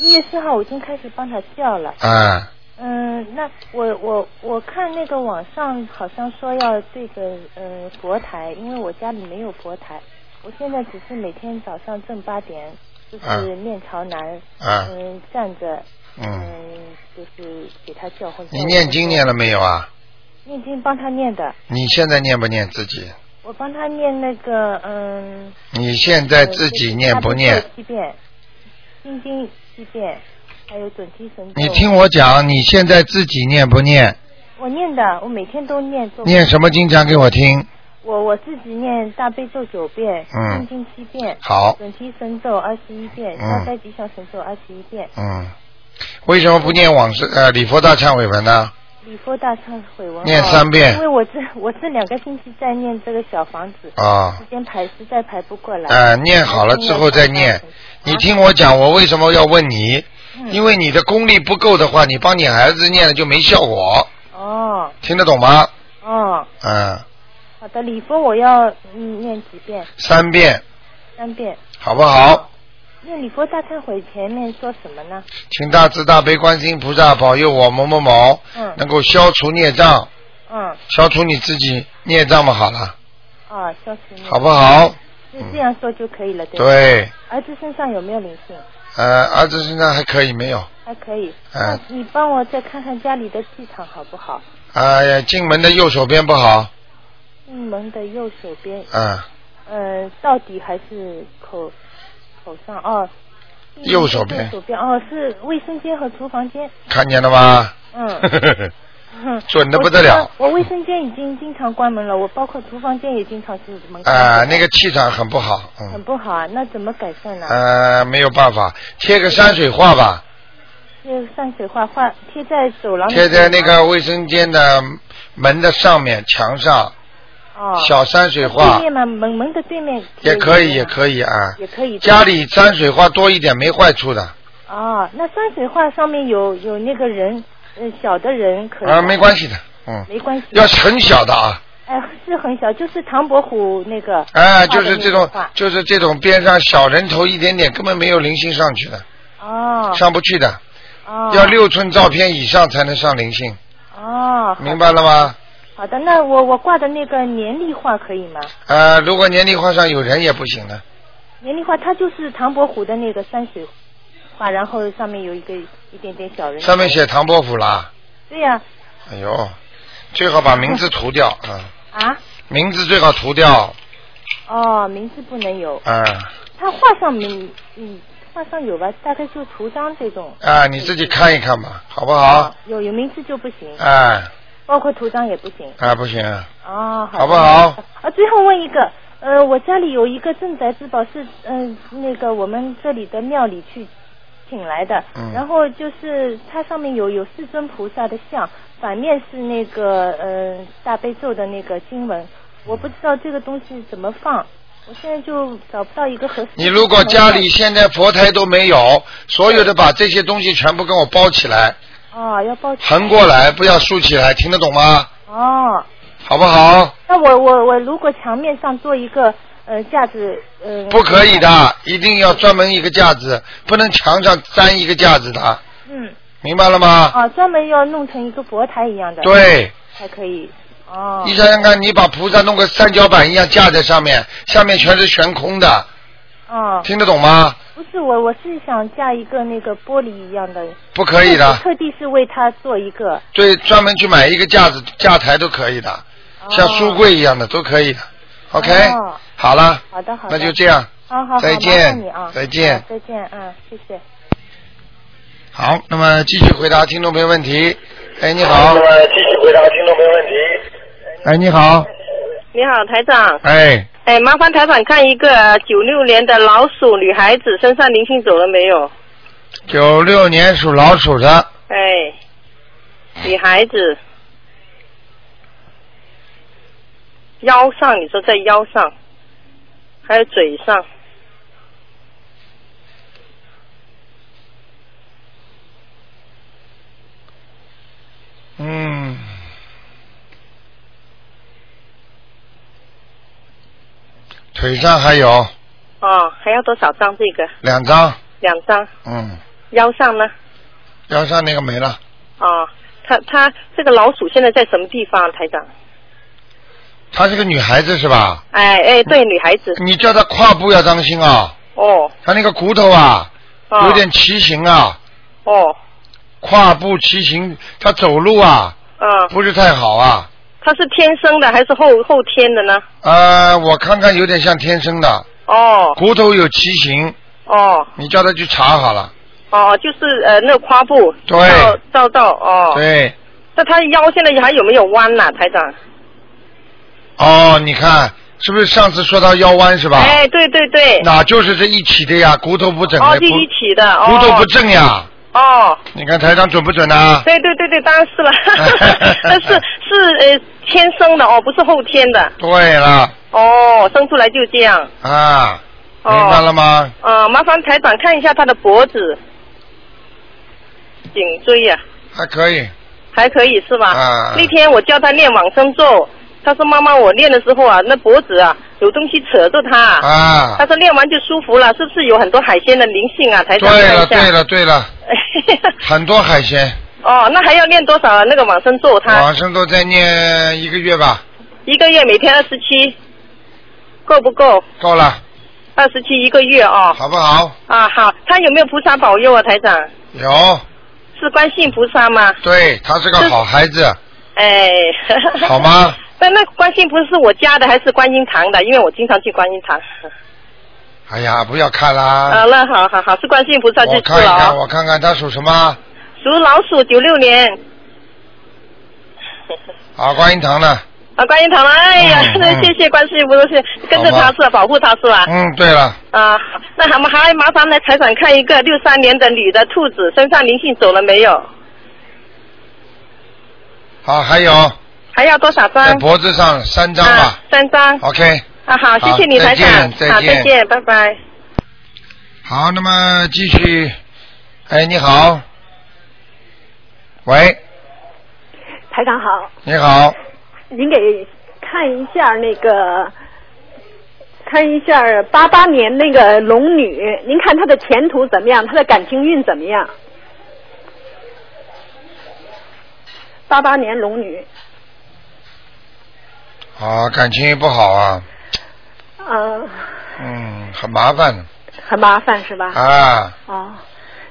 一月四号我已经开始帮他叫了。
哎，
嗯，那我我我看那个网上好像说要这个呃佛台，因为我家里没有佛台，我现在只是每天早上正八点，就是
嗯
面朝南，
嗯
嗯站着，
嗯，
嗯就是给他叫魂。
你念经念了没有啊？
念经帮他念的，
你现在念不念自己？
我帮他念那个嗯。
你现在自己念不念？
七遍，心经七遍，还有准提神咒。
你听我讲，你现在自己念不念？
我念的，我每天都念咒。
念什么经讲给我听？
我我自己念大悲咒九遍，
嗯
心经七遍，
好
准提神咒二十一遍，
嗯
消灾吉祥神咒二十一遍，
嗯，为什么不念往生呃礼佛大忏悔文呢？
礼佛大忏悔文号
念三遍
因为我这我这两个星期在念这个小房子，
啊
时间排实在排不过来。
哎、念好了之后再念。你听我讲，我为什么要问你？因为你的功力不够的话，你帮你孩子念了就没效果，
哦
听得懂吗？
哦，
嗯，
好的，礼佛我要嗯念几遍？
三遍，
三遍。
好不好？
念礼佛大忏悔前面说什么呢？
请大慈大悲观世音菩萨保佑我某某某
嗯
能够消除孽障，
嗯，
消除你自己孽障嘛，好了，
啊，消除孽。
好不好？
就这样说就可以了，对吧？
对。
儿子身上有没有灵性？
呃，儿子身上还可以没有？
还可以。
嗯
那你帮我再看看家里的气场好不好？
哎呀，进门的右手边不好，
进门的右手边，
嗯，
呃，到底还是口口上哦。
右手边
右手边哦，是卫生间和厨房间。
看见了吧？ [laughs]
嗯。哼
准得不得了。
我觉得我卫生间已经经常关门了，我包括厨房间也经常是门关
啊、
着的
那个气场很不好，嗯。
很不好啊，那怎么改善呢？
呃，没有办法，贴个山水画吧，
就山水画画贴在走廊里
贴
面吗，
在那个卫生间的门的上面墙上，
哦
小山水画
对面嘛，门门的对面
也可以，
贴
也可以啊。
也可以
家里山水画多一点没坏处的，啊
哦，那山水画上面有有那个人，呃，小的人可以
啊，没关系的，，嗯，
没关系，
要是很小的啊，
哎，是很小，就是唐伯虎那个
哎、
画的啊
就是这
那
种
个画，
就是这种边上小人头一点点，根本没有灵性上去的，
哦
上不去的，
哦
要六寸照片以上才能上灵性，
哦，
明白了吗？
好的，那我我挂的那个年历画可以吗？
呃，如果年龄画上有人也不行的，
年历画它就是唐伯虎的那个山水画，然后上面有一个一点点小人，
上面写唐伯虎啦。
对呀
哎呦，最好把名字涂
[laughs]
掉啊，
啊
名字最好涂掉
哦，名字不能有，
啊
它画上没嗯画上有吧，大概就图章这种。
啊！你自己看一看吧，好不好？
有有名字就不行，
哎
包括图章也不行。
哎，不行啊，
哦，
好不
的
好？
啊，最后问一个，呃，我家里有一个镇宅之宝是，嗯、那个我们这里的庙里去请来的，
嗯
然后就是它上面有有四尊菩萨的像，反面是那个呃大悲咒的那个经文，我不知道这个东西怎么放，我现在就找不到一个合适的地方放。
你如果家里现在佛台都没有，所有的把这些东西全部跟我包起来，
哦要包起
横过来，不要竖起来，听得懂吗？
哦，
好不好？
那我我我如果墙面上做一个呃架子，呃
不可以的，一定要专门一个架子，不能墙上粘一个架子的，
嗯。
明白了吗？
啊，专门要弄成一个佛台一样的。
对。
才可以。哦。
你想想看，你把菩萨弄个三角板一样架在上面，下面全是悬空的，
哦。
听得懂吗？
不是我，我是想架一个那个玻璃一样的。
不可以的
我特地是为他做一个。
对，专门去买一个架子架台都可以的，像书柜一样的都可以的。OK，
哦
好了，
好的，好的。
那就这样。
好好好，
再见
麻烦你啊，
再见
好再见，嗯，谢谢。
好，那么继续回答听众朋友问题。哎，你好。
继续回答听众朋友问题。
哎，你好。
你好，台长。
哎，
哎，麻烦台长看一个九六年的老鼠女孩子身上灵性走了没有？
九六年属老鼠的，
哎，女孩子腰上，你说在腰上，还有嘴上，
嗯，腿上还有
哦，还要多少张这个？
两张，
两张，
嗯，
腰上呢？
腰上那个没了，
哦，她她这个老鼠现在在什么地方，啊台长？
她是个女孩子是吧？
哎哎，对，女孩子。
你叫她胯部要当心啊，
哦
她那个骨头啊，
哦
有点畸形啊，
哦，
胯部畸形，她走路啊
嗯，
不是太好啊，
她是天生的还是后后天的呢？
呃，我看看有点像天生的，
哦
骨头有畸形，
哦
你叫她去查好了，
哦，就是呃那个胯部
对
到到到哦，
对。
那她腰现在还有没有弯呐、台长？
哦，你看，是不是上次说到腰弯是吧？
哎，对对对，
哪就是这一起的呀？骨头不整
哦，
的，
就
骨
一起的，哦，
骨头不正呀。啊
哦，
你看台长准不准呐？
对对对对，当然
[laughs]
是了，但是是呃天生的哦，不是后天的
对了，
哦，生出来就这样。
啊，
哦
明白了吗？
呃，麻烦台长看一下他的脖子、颈椎呀、
还可以，
还可以是吧？
啊
那天我叫他念往生咒，他说妈妈，我念的时候啊，那脖子啊有东西扯着他。
啊
他说念完就舒服了，是不是有很多海鲜的灵性啊？台长
对了，
看一
对
下。
了，对
[laughs]
了，很多海鲜，
哦，那还要念多少啊？那个往生咒他，
往生都再念一个月吧，
一个月每天二十七，够不够？
够了，
二十七一个月哦。
好不好？
啊，好。他有没有菩萨保佑啊，台长？
有，
是观世音菩萨吗？
对他是个好孩子，
哎，
好？吗？
[laughs] 那那观音不是我家的，还是观音堂的？因为我经常去观音堂。
哎呀，不要看
啊，
啦，
那好好好，是观世音菩萨去
我
世
看一
了
看，
哦。
我看看他属什么？
属老鼠，九六年。
啊，观音堂的。
啊，观音堂了，哎呀，
嗯
那
嗯
谢谢观世音菩萨，跟着他
好吧
是吧保护他是吧？
嗯，对了，
啊，那还还麻烦来财长看一个六三年的女的兔子身上灵性走了没有？
好，还有
还要多少张？啊
在脖子上三张吧。
三张。
OK，
啊，好，谢谢你
好
台
再见
长，
再
好，再
见
见，拜拜。
好，那么继续。哎，你好，喂，
台长好，
你好，
您给看一下那个，看一下呃八八年那个龙女，您看她的前途怎么样？她的感情运怎么样？八八年龙女，
啊，感情不好啊，
嗯、
嗯，很麻烦的
很麻烦是吧？
啊，
哦，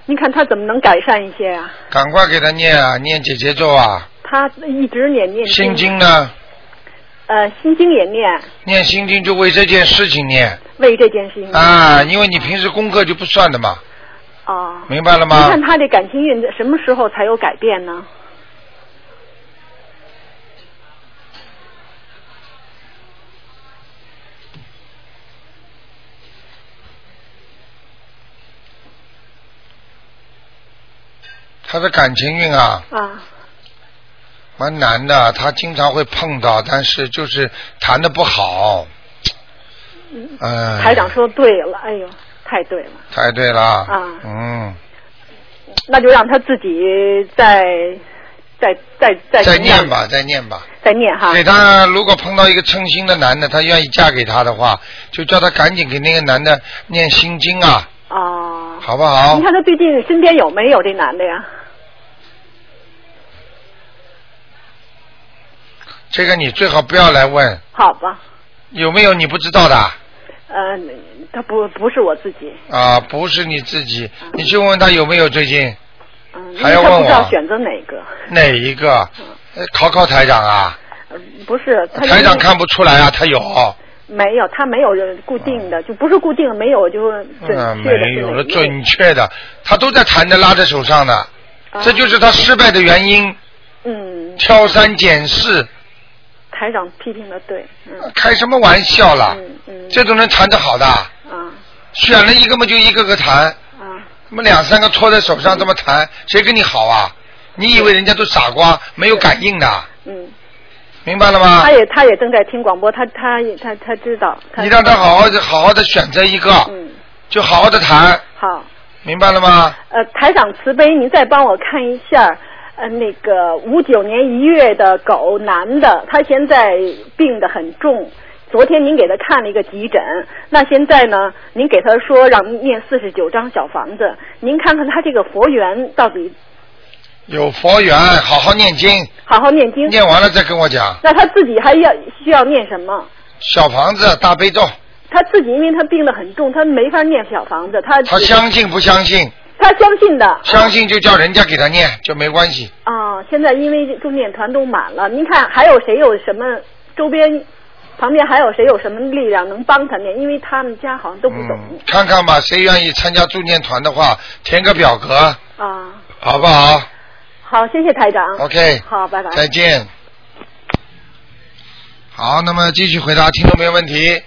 您看她怎么能改善一些啊？
赶快给他念啊，念姐姐咒啊，
她一直念念
心经？啊呢，
呃，心经也念，
念心经就为这件事情念
为这件事情
啊，因为你平时功课就不算的嘛，
哦，
明白了
您
吗？
看她的感情运什么时候才有改变呢？
他的感情运啊，
啊，
蛮难的，他经常会碰到，但是就是谈的不好，
嗯
嗯、
台长说对了，哎呦，太对了，
太对了，
啊
嗯，
那就让他自己再再再
再
再怎么样
念，吧，再念吧。
再念哈。
给他如果碰到一个称心的男的，他愿意嫁给他的话，就叫他赶紧给那个男的念心经啊，
哦，
好不好
您？看他最近身边有没有这男的呀？
这个你最好不要来问
好吧，
有没有你不知道的
呃，他不不是我自己，
啊，不是你自己，你去问问他有没有最近
嗯，
还要
因为他
问
不知道
我
选择嗯哪个，
哪一个，呃考考台长啊，
不是他嗯
台长看不出来啊，他有，
没有，它没有固定的，就不是固定，没有就准
嗯，
确的是哪
没有了
一位
准确的，他都在弹的拉在手上的，
啊
这就是他失败的原因，
嗯，
挑三拣四，
台长批评的对，嗯
开什么玩笑啦？这种人弹得好的，选了一个嘛就一个个弹，那么两三个托在手上这么弹，谁跟你好啊？你以为人家都傻瓜没有感应的？
嗯，
明白了吗
他？也他也正在听广播，他他也他他知道，
你让他好好的好好的选择一个，就好好的弹，
好。
明白了吗？
呃，台长慈悲，您再帮我看一下，呃，那个五九年一月的狗男的，他现在病得很重。昨天您给他看了一个急诊，那现在呢？您给他说让念四十九张小房子，您看看他这个佛缘到底
有佛缘，好好念经，
好好念经。
念完了再跟我讲。
那他自己还要需要念什么？
小房子大悲咒，
他自己因为他病得很重，他没法念小房子，他
他相信不相信？
他相信的，
相信就叫人家给他念，就没关系。
啊，现在因为助念团都满了，您看还有谁有什么周边旁边还有谁有什么力量能帮他念？因为他们家好像都不懂、
[laughs] 看看吧，谁愿意参加助念团的话，填个表格，
啊。
好不好？
好，谢谢台长。
OK
好，拜拜。
再。见。好，那么继续回答听众朋友问题。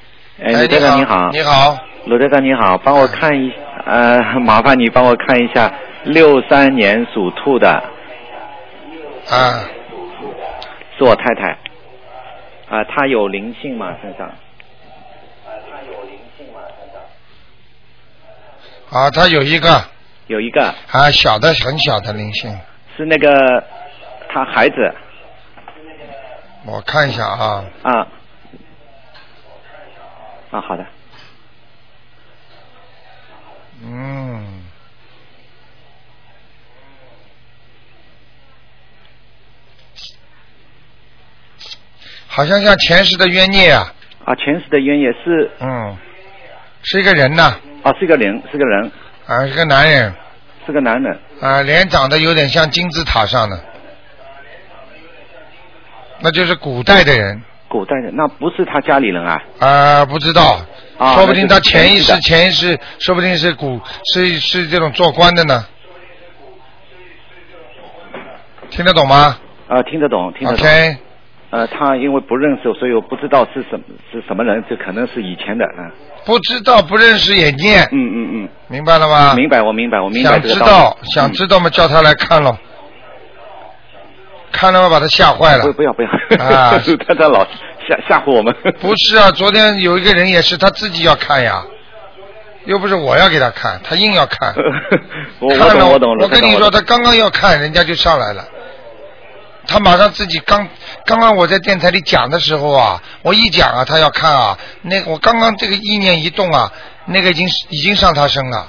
哎卢台长
你
你好
你好，
罗队长你好，帮我看一呃， [laughs] 麻烦你帮我看一下六三年属兔的
啊，
是我太太啊、她有灵性吗身上？
啊，他有一个
有一个
啊小的很小的灵性，
是那个她孩子
我看一下啊，
啊啊好的
嗯，好像像前世的冤孽啊，
啊前世的冤也是
嗯，是一个人呐、
啊是个人是个人
啊，是个男人，
是个男人
啊，脸长得有点像金字塔上的，那就是古代的人
古代人那不是他家里人啊
啊，不知道，
啊
说不定他潜意
那
识
是
潜意识，说不定是古是是这种做官的呢，听得懂吗
啊听得懂听得懂。
？OK，
呃，他因为不认识，所以我不知道是什么是什么人，这可能是以前的啊。
不知道不认识也念，
嗯嗯嗯，
明白了吗？
明白，我明白，我明白
想
这个
知
道
道
理。
想知道嘛，叫他来看喽，看了嘛把他吓坏了
嗯不不要不要，
啊
[laughs] 他他老吓吓唬我们。
不是啊，昨天有一个人也是他自己要看呀，又不是我要给他看，他硬要看。
[laughs] 我我
看了
懂我懂了，
我跟你
我
说，
懂
他刚刚要看，人家就上来了。他马上自己刚刚刚我在电台里讲的时候啊，我一讲啊，他要看啊，那我刚刚这个意念一动啊，那个已经已经上他身了，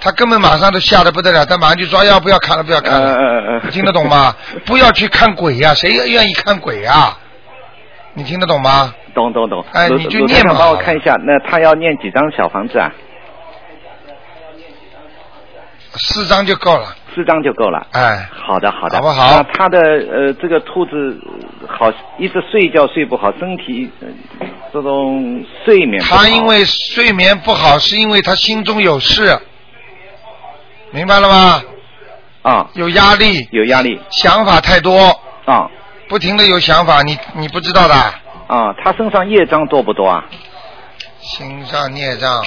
他根本马上都吓得不得了，他马上就说哎呀不要看了不要看
呃
了，你听得懂
[laughs]
吗？不要去看鬼呀、谁愿意看鬼呀、你听得懂吗？
懂 [laughs] 懂懂。
哎
鲁
你就
鲁台
念
长
嘛
帮我
好了
看一下，那他要念几张小房子啊？
四张就够了，
四张就够了。
哎，
好的好的，
好不好
那他的呃这个兔子呃好一直睡觉睡不好，身体、呃这种睡眠不好
他因为睡眠不好，是因为他心中有事，明白了吗？
啊
有压力，
有压力
想法太多，
啊
不停的有想法，你你不知道的，
啊，他身上业障多不多啊？
心上孽障，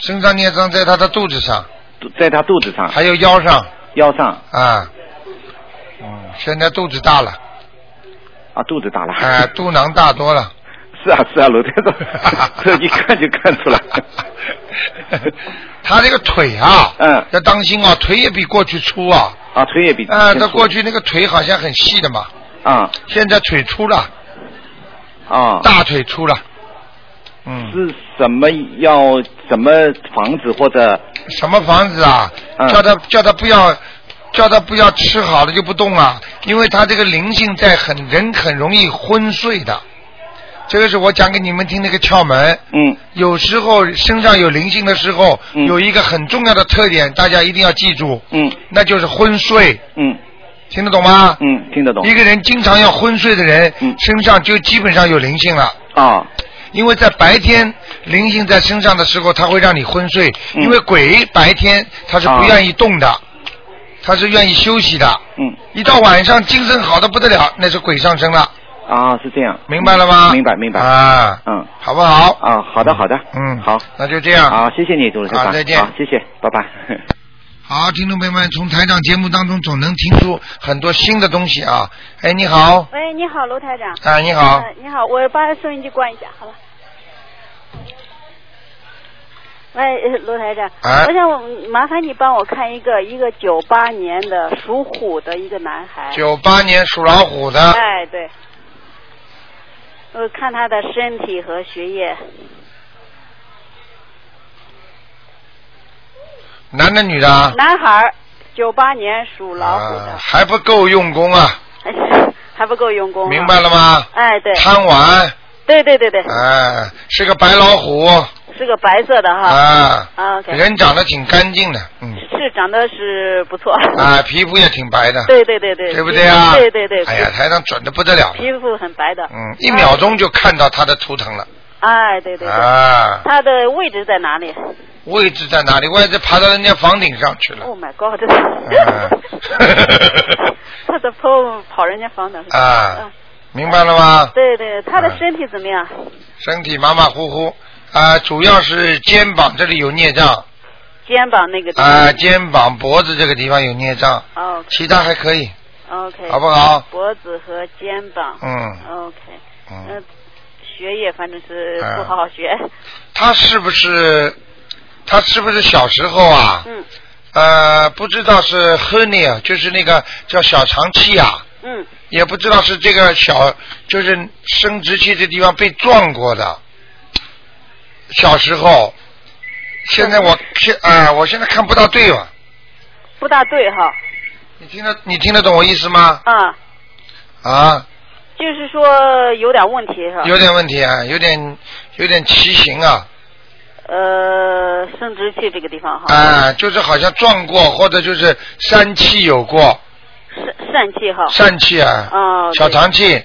身上孽障在他的肚子上，
肚在他肚子上，
还有腰上
腰上
啊，嗯，现在肚子大了，
哦啊，肚子大了。
哎、肚囊大多了，
是啊是啊，罗队长，
[laughs]
这一看就看出来。
他这个腿啊，
嗯，
要当心啊，腿也比过去粗啊，
啊，腿也比
啊、
以前
他
粗
过去那个腿好像很细的嘛，
啊
现在腿粗了，
啊，
大嗯腿粗了，
是什么要什么房子或者
什么房子啊？
嗯
叫他叫他不要，叫他不要吃好了就不动啊，因为他这个灵性在很人很容易昏睡的。这个是我讲给你们听那个窍门。
嗯。
有时候身上有灵性的时候，有一个很重要的特点，大家一定要记住。
嗯。
那就是昏睡。
嗯。
听得懂吗？
嗯，听得懂。嗯
一个人经常要昏睡的人，身上就基本上有灵性了。
啊。
因为在白天灵性在身上的时候，它会让你昏睡，因为鬼白天它是不
嗯啊
愿意动的，它是愿意休息的。
嗯。
一到晚上精神好的不得了，那是鬼上身了，
啊，是这样。嗯
明白了吗
明白明白。
啊，
嗯，
好不好？
啊，好的好的，
嗯，
好，
那就这样。
好，谢谢你，主持人。
好再见
好，谢谢，拜拜。
[laughs] 好，听众朋友们，从台长节目当中总能听出很多新的东西啊。哎，你好，
喂，你好，罗台长。
啊你好
呃你好，我把收音机关一下，好吧。喂，呃罗台长，
哎
我想麻烦你帮我看一个一个九八年的属虎的一个男孩。
九八年属老虎的，
哎，对。我看他的身体和学业，
男的女的啊？
男孩，九八年属老虎的，
啊还不够用功啊，
还不够用功啊、
明白了吗
哎，对。
贪玩，
对对对对，
哎，是个白老虎
是个白色的哈。
啊，
啊，OK。
人长得挺干净的，嗯，
是长得是不错。
啊，皮肤也挺白的，
[laughs] 对对对对，嗯
对不对啊？
对对对。
哎呀，台上准的不得了，
皮肤很白的。
嗯，一秒钟就看到他的图腾了
哎，对对对。
啊。嗯
它的位置在哪里
位置在哪里？位置爬到人家房顶上去了。
？Oh my god！ [laughs]
嗯
它的跑跑人家房顶。
啊， [laughs] 明白了吗？嗯
对对，他的身体怎么样？
身体马马虎虎啊，主要是肩膀这里有孽障
肩膀那个地方。
啊，肩膀脖子这个地方有孽障，
哦
其他还可以。
OK。
好不好
脖子和肩膀。
嗯
OK。
嗯，
嗯。学业反正是
哎
不好好学。
他是不是他是不是小时候啊？
嗯
呃，不知道是 hernia，就是那个叫小肠气啊，
嗯。
也不知道是这个小就是生殖器这地方被撞过的。小时候，现在我现啊、我现在看不大对了。
不大对哈。
你听得你听得懂我意思吗？
啊，
啊，
就是说有点问题是吧？
有点问题啊，有点有点畸形啊，
呃，生殖器这个地方哈，
啊、就是好像撞过或者就是疝气有过，
疝疝气哈，
疝气啊，
哦对
小肠气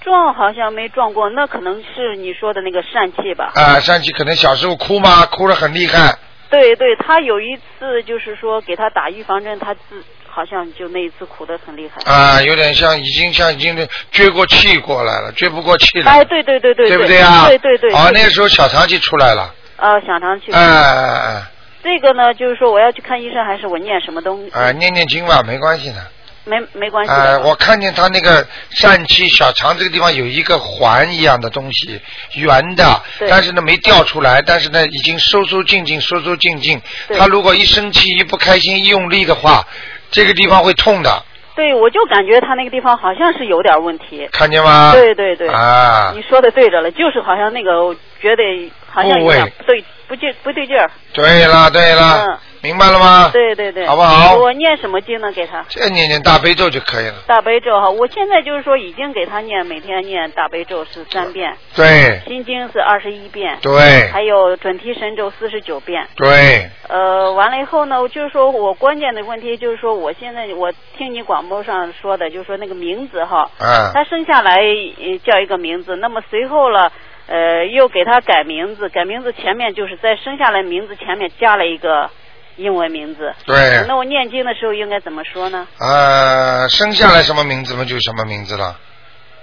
撞好像没撞过，那可能是你说的那个疝气吧？
啊、疝气可能小时候哭嘛，哭得很厉害，
对对，他有一次就是说给他打预防针，他自好像就那一次苦得很厉害。
啊、有点像已经像已经撅过气过来了，撅不过气了，
哎，对对对对
对
对
不对啊？
对对对。
哦，
对
那个时候小肠气出来了，
呃，想常去。
哎哎哎
这个呢，就是说我要去看医生，还是我念什么东西？
哎哎，念念经吧，没关系的。
没没关系的。
呃，我看见他那个疝气小肠这个地方有一个环一样的东西，圆的，
对
但是呢没掉出来，但是呢已经收收进进，收收进进。
对
他如果一生气、一不开心、一用力的话，这个地方会痛的，
对，我就感觉他那个地方好像是有点问题。
看见吗？
对对对。
啊
你，说的对着了，就是好像那个，我觉得好像有
部位
点不对，不劲不对劲儿。
对了对了，
嗯，
明白了吗？
对对对，
好不好
我念什么经呢？给他
这念念大悲咒就可以了。
大悲咒哈，我现在就是说已经给他念，每天念大悲咒是三遍，
对
心经是二十一遍，
对
还有准提神咒四十九遍。
对，
呃，完了以后呢，我就是说我关键的问题就是说，我现在我听你广播上说的，就是说那个名字哈，
嗯
他生下来呃叫一个名字，那么随后了，呃，又给他改名字，改名字前面就是在生下来名字前面加了一个英文名字。
对
那我念经的时候应该怎么说呢？
呃，生下来什么名字嘛就什么名字了，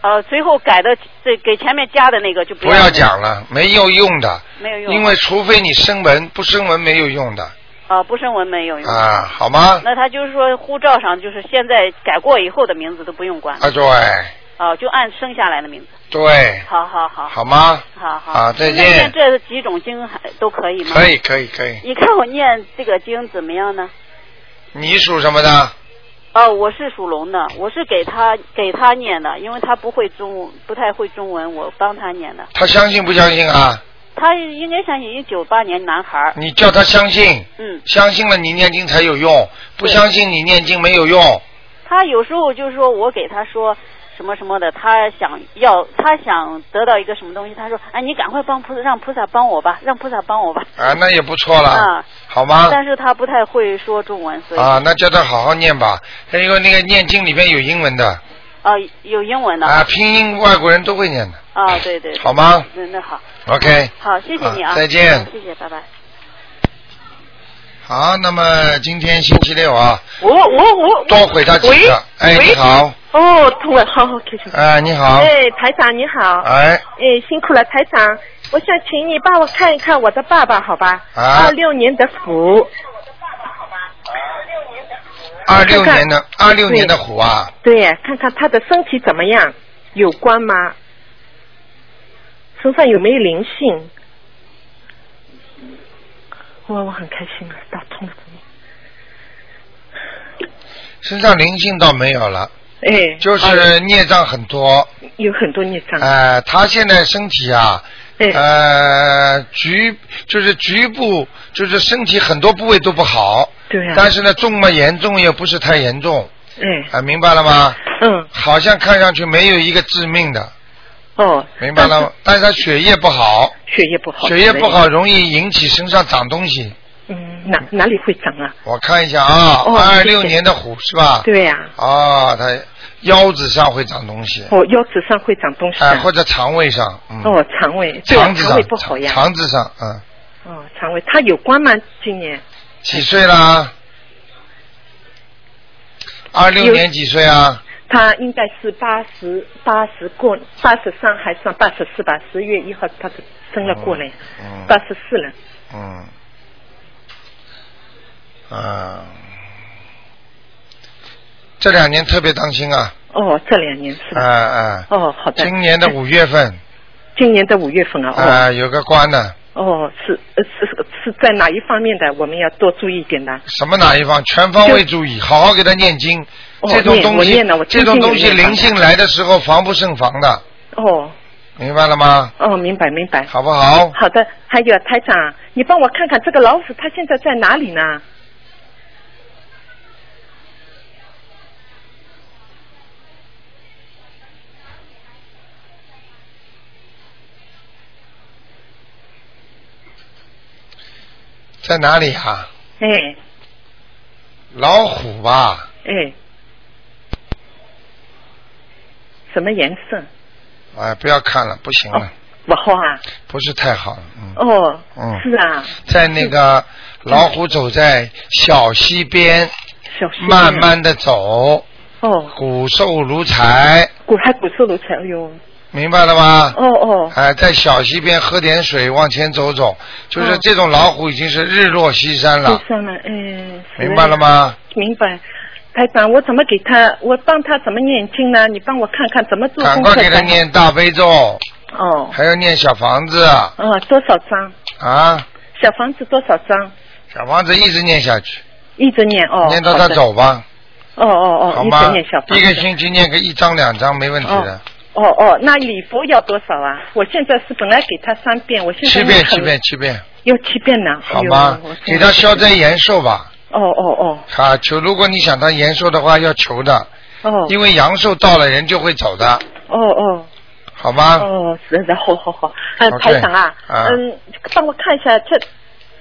呃，随后改的这给前面加的那个就不
不要讲了，没有用的，
啊没有用，
因为除非你生文，不生文没有用的。
啊、不生文没有用。
啊，好吗？
那他就是说护照上就是现在改过以后的名字都不用管
啊，对，
哦、就按生下来的名字。
对，
好好好，
哎好吗？
好好
啊再见
那念这几种经还都可以吗？
可以，。可以，可以。
你看我念这个经怎么样呢？
你属什么的？
哦，我是属龙的，我是给他给他念的，因为他不会中，不太会中文，我帮他念的。
他相信不相信啊？
他应该相信，一九八年男孩儿。
你叫他相信，
嗯，
相信了你念经才有用，不相信你念经没有用。
他有时候就是说我给他说，什么什么的，他想要他想得到一个什么东西，他说哎你赶快帮菩萨让菩萨帮我吧，让菩萨帮我吧。
啊，那也不错了，
啊，
好吗？
但是他不太会说中文，所以
啊，那叫他好好念吧，因为那个念经里边有英文的
啊有英文的
啊，拼音外国人都会念的。
啊对对，对嗯
好吗
那那好，
OK，
好谢谢你啊，
啊再见
嗯谢谢，拜拜。
好，那么今天星期六啊，
我我我
多回答几
喂
个。哎，
喂
你好，
哦，通了，好好，谢谢。
哎，你好，
哎，台长你好。
哎，
哎，辛苦了，台长，我想请你帮我看一看我的爸爸，好吧？
啊
二六年的虎，
二六年的二
看
六年的虎啊，
对，看看他的身体怎么样，有关吗？身上有没有灵性？哇，我很开心啊，打通了。
身上灵性倒没有了，
哎，
就
哎
是孽障很多。
有很多孽障。
呃，他现在身体啊，呃，局就是局部，就是身体很多部位都不好。
对啊
但是呢，重嘛严重也不是太严重，
哎，
啊，明白了吗？
嗯。
好像看上去没有一个致命的，
哦，
明白了吗？但是他血液不好，
血液不好。
血液不好容易引起身上长东西。
嗯，哪哪里会长啊？
我看一下啊，
哦
二
谢
六
谢
年的虎是吧？
对呀、
啊，他腰子上会长东西，
哦，腰子上会长东西、
哎、
啊
或者肠胃上，嗯，
哦，肠胃，对啊，
肠子
肠胃不
上，
好呀。
肠子上，嗯，
哦，肠胃，他有关吗？今年
几岁啦？二六
有
年几岁啊？
他应该是八十八十过八十三还算八十四吧？十月一号他生了过来，
嗯
八十四了。
嗯，啊，这两年特别当心啊，
哦，这两年是
啊
吧？
啊，
哦，好的。
今年的五月份
今年的五月份啊，哦、
啊有个官呢，
哦，是呃是是是在哪一方面的？我们要多注意一点的。
什么哪一方全方位注意，好好给他念经。
哦
这种
念
东
我
西
念了我，
这
天
种
天
东
有
西
念
灵
的
性来的时候防不胜防的，
哦
明白了吗？
哦，明白明白。
好不好？
好的，还有台长，你帮我看看这个老鼠它现在在哪里呢？
在哪里啊？
哎
老虎吧，
哎，什么颜色？
哎，不要看了，不行了，
不好啊！
不是太好了，嗯
哦，
嗯。
是啊，嗯
在那个老虎走在小溪边，
小溪边
慢慢的走，
哦，
骨瘦如柴，
骨还骨瘦如柴，哎呦，
明白了吗？
哦哦，
哎，在小溪边喝点水，往前走走，就是
哦
这种老虎已经是日落西山了
受，伤了，嗯，是
明白了？吗？
明白。台长，我怎么给他？我帮他怎么念经呢？你帮我看看怎么做
赶
功
快
课。
给他念大悲咒，
哦，
还要念小房子
哦，多少张？
啊，
小房子多少张？
小房子一直念下去，
一直念哦。
念到他
好的
走。吧，
哦哦哦，
好
一
吗
直念小？房
一
子
个星期念个一张两张没问题的，
哦哦，那礼佛要多少啊？我现在是本来给他三遍，我现在
七遍
要
七
很
遍七遍，
要七遍呢。
好
哎呦
吗
我？现
给
在
他消灾延寿吧。
哦哦
啊，求！如果你想他延寿的话，要求的，
哦哦，
因为阳寿到了，人就会走的，
哦哦
好吗？
哦，是的，好好好。嗯，
OK，
台长啊，
啊
嗯，帮我看一下这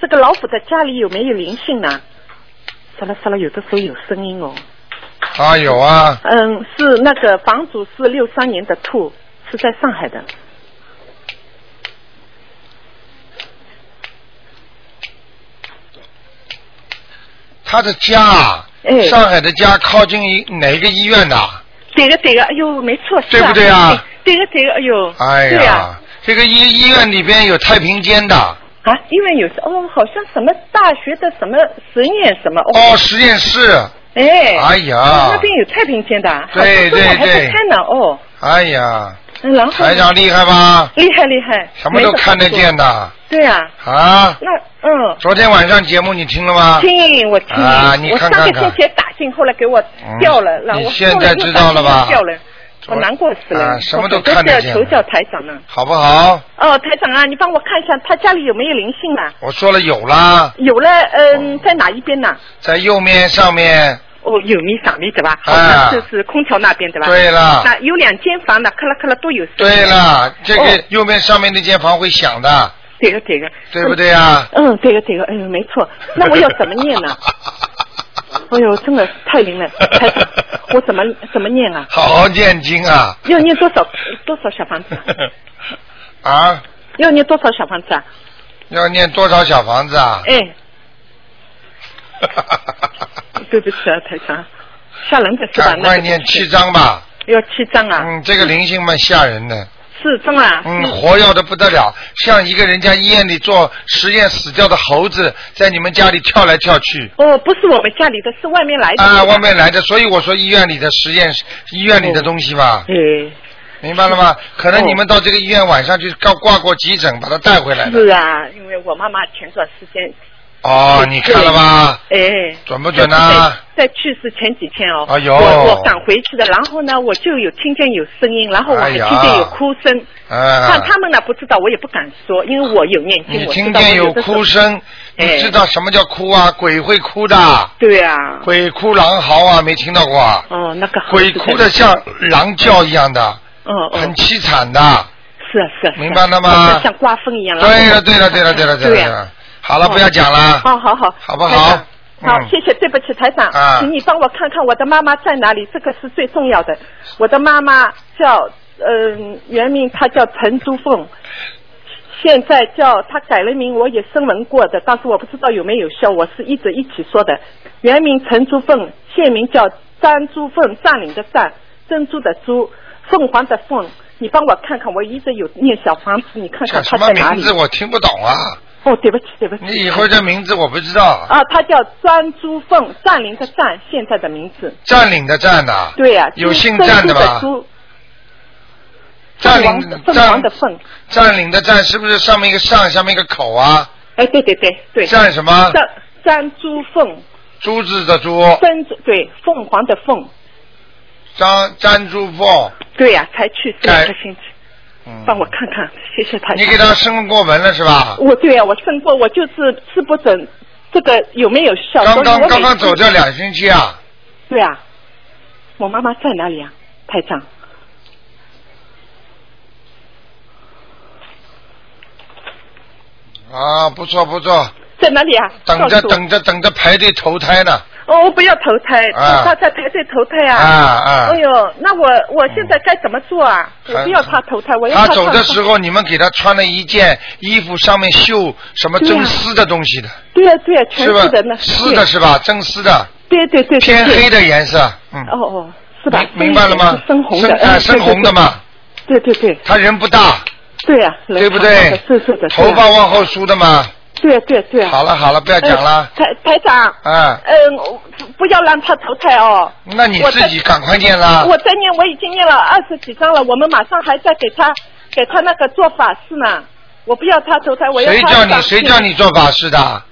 这个老虎的家里有没有灵性呢？算了算了，有的时候有声音哦。
啊，有啊，
嗯，是那个房主是六三年的兔，是在上海的。
他的家啊，
哎
上海的家靠近一哪个医院的？
对个对个，哎呦，没错，是
对不对啊？
对个对个，哎呦，
哎
对呀、
呀，这个医医院里边有太平间的
啊，因为有时哦，好像什么大学的什么实验什么哦，
哦，实验室，
哎，
哎呀
那边有太平间的啊，
对
好像
对
中国还
对
在开呢哦，
哎呀，
嗯然后
台长厉害吧？
厉害厉害，
什么都看得见
没
的
怎么说，对啊，
啊！
那嗯。
昨天晚上节目你听了吗？
听我听，
啊你看看看
我上个星期打进，后来给我掉了，
嗯
然后
你
我
现在
后来又打
知
进
道了吧
又掉了，
昨
我难过死了。
啊什么都
我总
看得
是要
见
求教台长呢。
好不好？
哦，台长啊，你帮我看一下他家里有没有灵性啊？
我说了有啦，哦啊
有了，嗯，在哪一边呢？
在右面上面，
哦，有米上米对吧？
啊
好像就是空调那边对吧？
对了
那有两间房呢，咔啦咔啦都有声音。
对了，这
哦
个右边上面那间房会响的，
对个对个，
对不对啊
嗯，嗯对个对个，哎呦，没错。那我要怎么念呢？
[laughs]
哎呦，真的太灵了，太我怎么怎么念啊？
好好念经啊！ [laughs]
要念多少多少小房子？
啊，
要念多少小房子啊？
要念多少小房子啊？ [laughs]
哎，对不起啊，台长，吓人的是吧？
赶快念七张吧。
要七张啊？
嗯，这个灵性蛮吓人的，
是真啊？
嗯，活跃的不得了，像一个人家医院里做实验死掉的猴子，在你们家里跳来跳去。
哦，不是我们家里的，是外面来的。
啊，外面来的，所以我说医院里的实验，医院里的东西吧。
嗯。
明白了吗？可
哦
能你们到这个医院晚上去挂挂过急诊，把它带回来的。
是啊，因为我妈妈前段时间。
哦，你看了吧？
哎。
准不准
就是
啊？
在在去世前几天哦，
哎呦
我我赶回去的，然后呢，我就有听见有声音，然后我还
哎呀
听见有哭声。
啊
但。他们呢不知道，我也不敢说，因为我有念经，
你
我知
听
道
见
我
有
的时候
哭声，你
哎
知道什么叫哭啊？鬼会哭的。
对啊。
鬼哭狼嚎啊，没听到过啊？
哦，那个猴子
鬼哭的像狼叫一样的，
嗯嗯，
很凄惨的。
是啊是啊，是啊
明白了吗
好像像刮风一样。然后
对了对了对了对了
嗯对啊
了，好了，不要讲了，
哦，好好，
好不
台
好嗯
长？好，谢谢，对不起，台长，
啊
请你帮我看看我的妈妈在哪里，这个是最重要的。我的妈妈叫，嗯、原名她叫陈珠凤，现在叫她改了名，我也声纹过的，但是我不知道有没有效，我是一直一起说的。原名陈珠凤，现名叫张珠凤，占领的占，珍珠的珠，凤凰的凤。你帮我看看，我一直有念小房子，你看
叫
看
什
她
么
在哪里
名？字我听不懂啊！
哦，对不起，对不起。
你以后这名字我不知道，
啊，她叫张珠凤，占领的占，现在的名字。
占领的占呐，
对呀、
有
就是
姓占
珍珠
吧
的？珠，
占
凤凰
领
的凤凰
占
的凤。
占领的占是不是上面一个上，下面一个口啊？
哎，对对对对。
占什么？哦
张张珠凤，
珠子的珠，
珍珠对凤凰的凤，
张粘珠凤。
对呀、才去世两个星期。
嗯
帮我看看，谢谢台长。
你给他升过文了是吧？
我对呀、啊我生过，我就是吃不准这个有没有效。
刚
所以
刚刚
我
刚
每次
走掉两星期啊，
对啊，我妈妈在哪里啊？台长。
啊，不错不错，
在哪里啊？
等着
告诉我
等着等着排队投胎呢。
哦，我不要投胎，
啊
他在排队投胎啊！
啊啊
哎呦，那我我现在该怎么做啊？
嗯
我不要他投胎，我要
他
哎他
走的时。候，你们给他穿了一件衣服，上面绣什么真丝的东西的，
对呀对呀，啊全
是吧
是的那？
丝的是吧？真丝的，
对对对，对
偏黑的颜色，嗯，
哦哦，是吧？
明明白了吗？
深红
深
的，
哎，深红的嘛。
对对对，
他人不大，
对呀，
对不
人
对
长得是是的，？
头发往后梳的嘛。
对啊对啊对啊。
好了好了，不要讲了，
呃台台长，
啊，
嗯，我不要让他投胎哦。
那你
我
自
在
己赶快念啦
我。在念，我已经念了二十几章了，我们马上还在给他给他那个做法事呢。我不要他投胎，我要
谁
他
叫
上
你谁
去
叫你做法事的？
啊？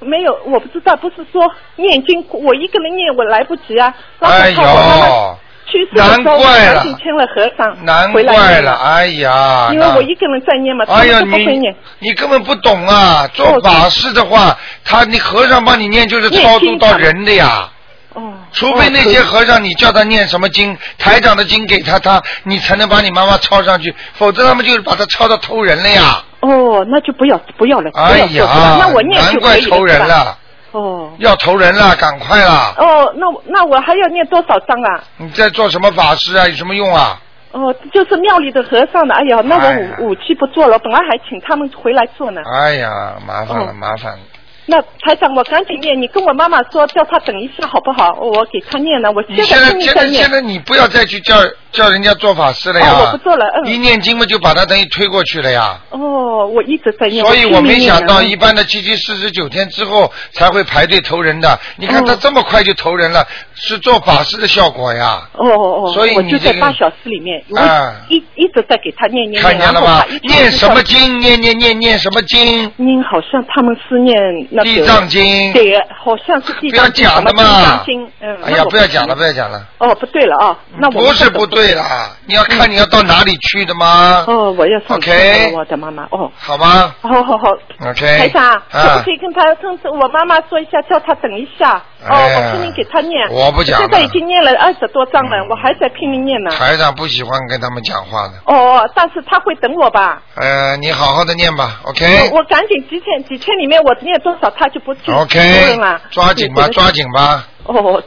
没有，我不知道，不是说念经，我一个人念我来不及啊。然后
哎
看我妈妈
呦，
去世的时
难
候，
怪了
我赶紧签了和尚，
难
回来
怪
念
了，哎呀，
因为
那
我一个人在念嘛，
[laughs]
他
哎
[laughs]
呀，
们都不
你
会念。
你根本不懂啊！做法事的话，他你和尚帮你念就是超度到人的呀。
哦。
除非那些和尚，你叫他念什么
嗯
经，台长的经给他，他你才能把你妈妈抄上去，否则他们就是把他抄到偷人了呀！
哦，那就不要不要了，不
哎
要做是吧
呀，
那我念
难
就可
怪
以
投人
是吧
了，
哦
要投人了，赶快啦！
哦，那我那我还要念多少章啊？
你在做什么法事啊？有什么用啊？
哦，就是庙里的和尚的，哎呀，那
哎呀
我五五期不做了，本来还请他们回来做呢。
哎呀，麻烦了，
嗯
麻烦了。
那台长，我赶紧念，你跟我妈妈说，叫她等一下好不好？哦我给她念了，我
你
现
现在
拼命
现
在
在
念
现。在你不要再去叫叫人家做法事了呀！
哦，我不做了，嗯。
一念经嘛就把它等于推过去了呀。
哦，我一直在念。
所以
我
我
拼命啊嗯
没想到，
念
一般的七七四十九天之后才会排队投人的。你看
嗯
他这么快就投人了，是做法事的效果呀。
哦哦哦，
所以
我
你
就
这
在
个
八小时里面，我
啊
一一直在给她念念
看
念，
见
然
了
后
吧
她一？直
念什么
念
经？念念念念什么经？
念好像他们是念那个
地藏经
对，好像是地
不要
藏经，
讲
什
的
么地
嘛
藏经，嗯。
哎
那
呀，
我
不要讲了，不要讲了。
哦，不对了啊，那我
不是
不
不对对了，你要看你要到哪里去的吗？
哦，我要
啊
上
OK
我的妈妈哦。
好吗
好好好。
？OK。
台长，可
啊
不可，以跟他跟我妈妈说一下，叫她等一下？哦，
哎呀
我拼命给她念。
我不讲了嗯
现在已经念了二十多章了，我还在拼命念呢。
台长不喜欢跟他们讲话的。
哦，但是她会等我吧？
呃，你好好的念吧
嗯我我赶紧几天几天里面我念多少，她就不去承认了
，OK，OK，。抓紧吧，
对
抓紧。吧。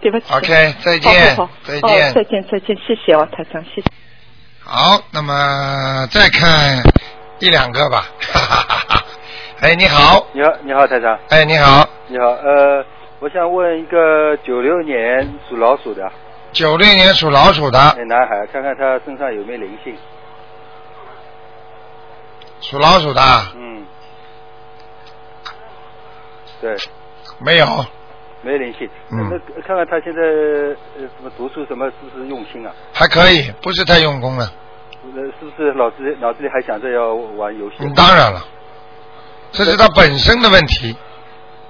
对不起哦，对不起。
OK，再见
好好好
再见
哦再见，再见，谢谢哦，台长，谢谢。
好，那么再看一两个吧。 [laughs] 哈哈哈哈。哎，你好，
你好，你好，台长。
哎，你好，
你好，呃，我想问一个九六年属老鼠的，
九六年属老鼠的，
哎男孩，看看他身上有没有灵性。
属老鼠的啊
嗯，对，
没有，
没灵性。
嗯
那看看他现在呃什么读书什么是不是用心啊？
还可以，不是太用功了。
呃，是不是脑子里脑子里还想着要玩游戏？
嗯，当然了，这是他本身的问题。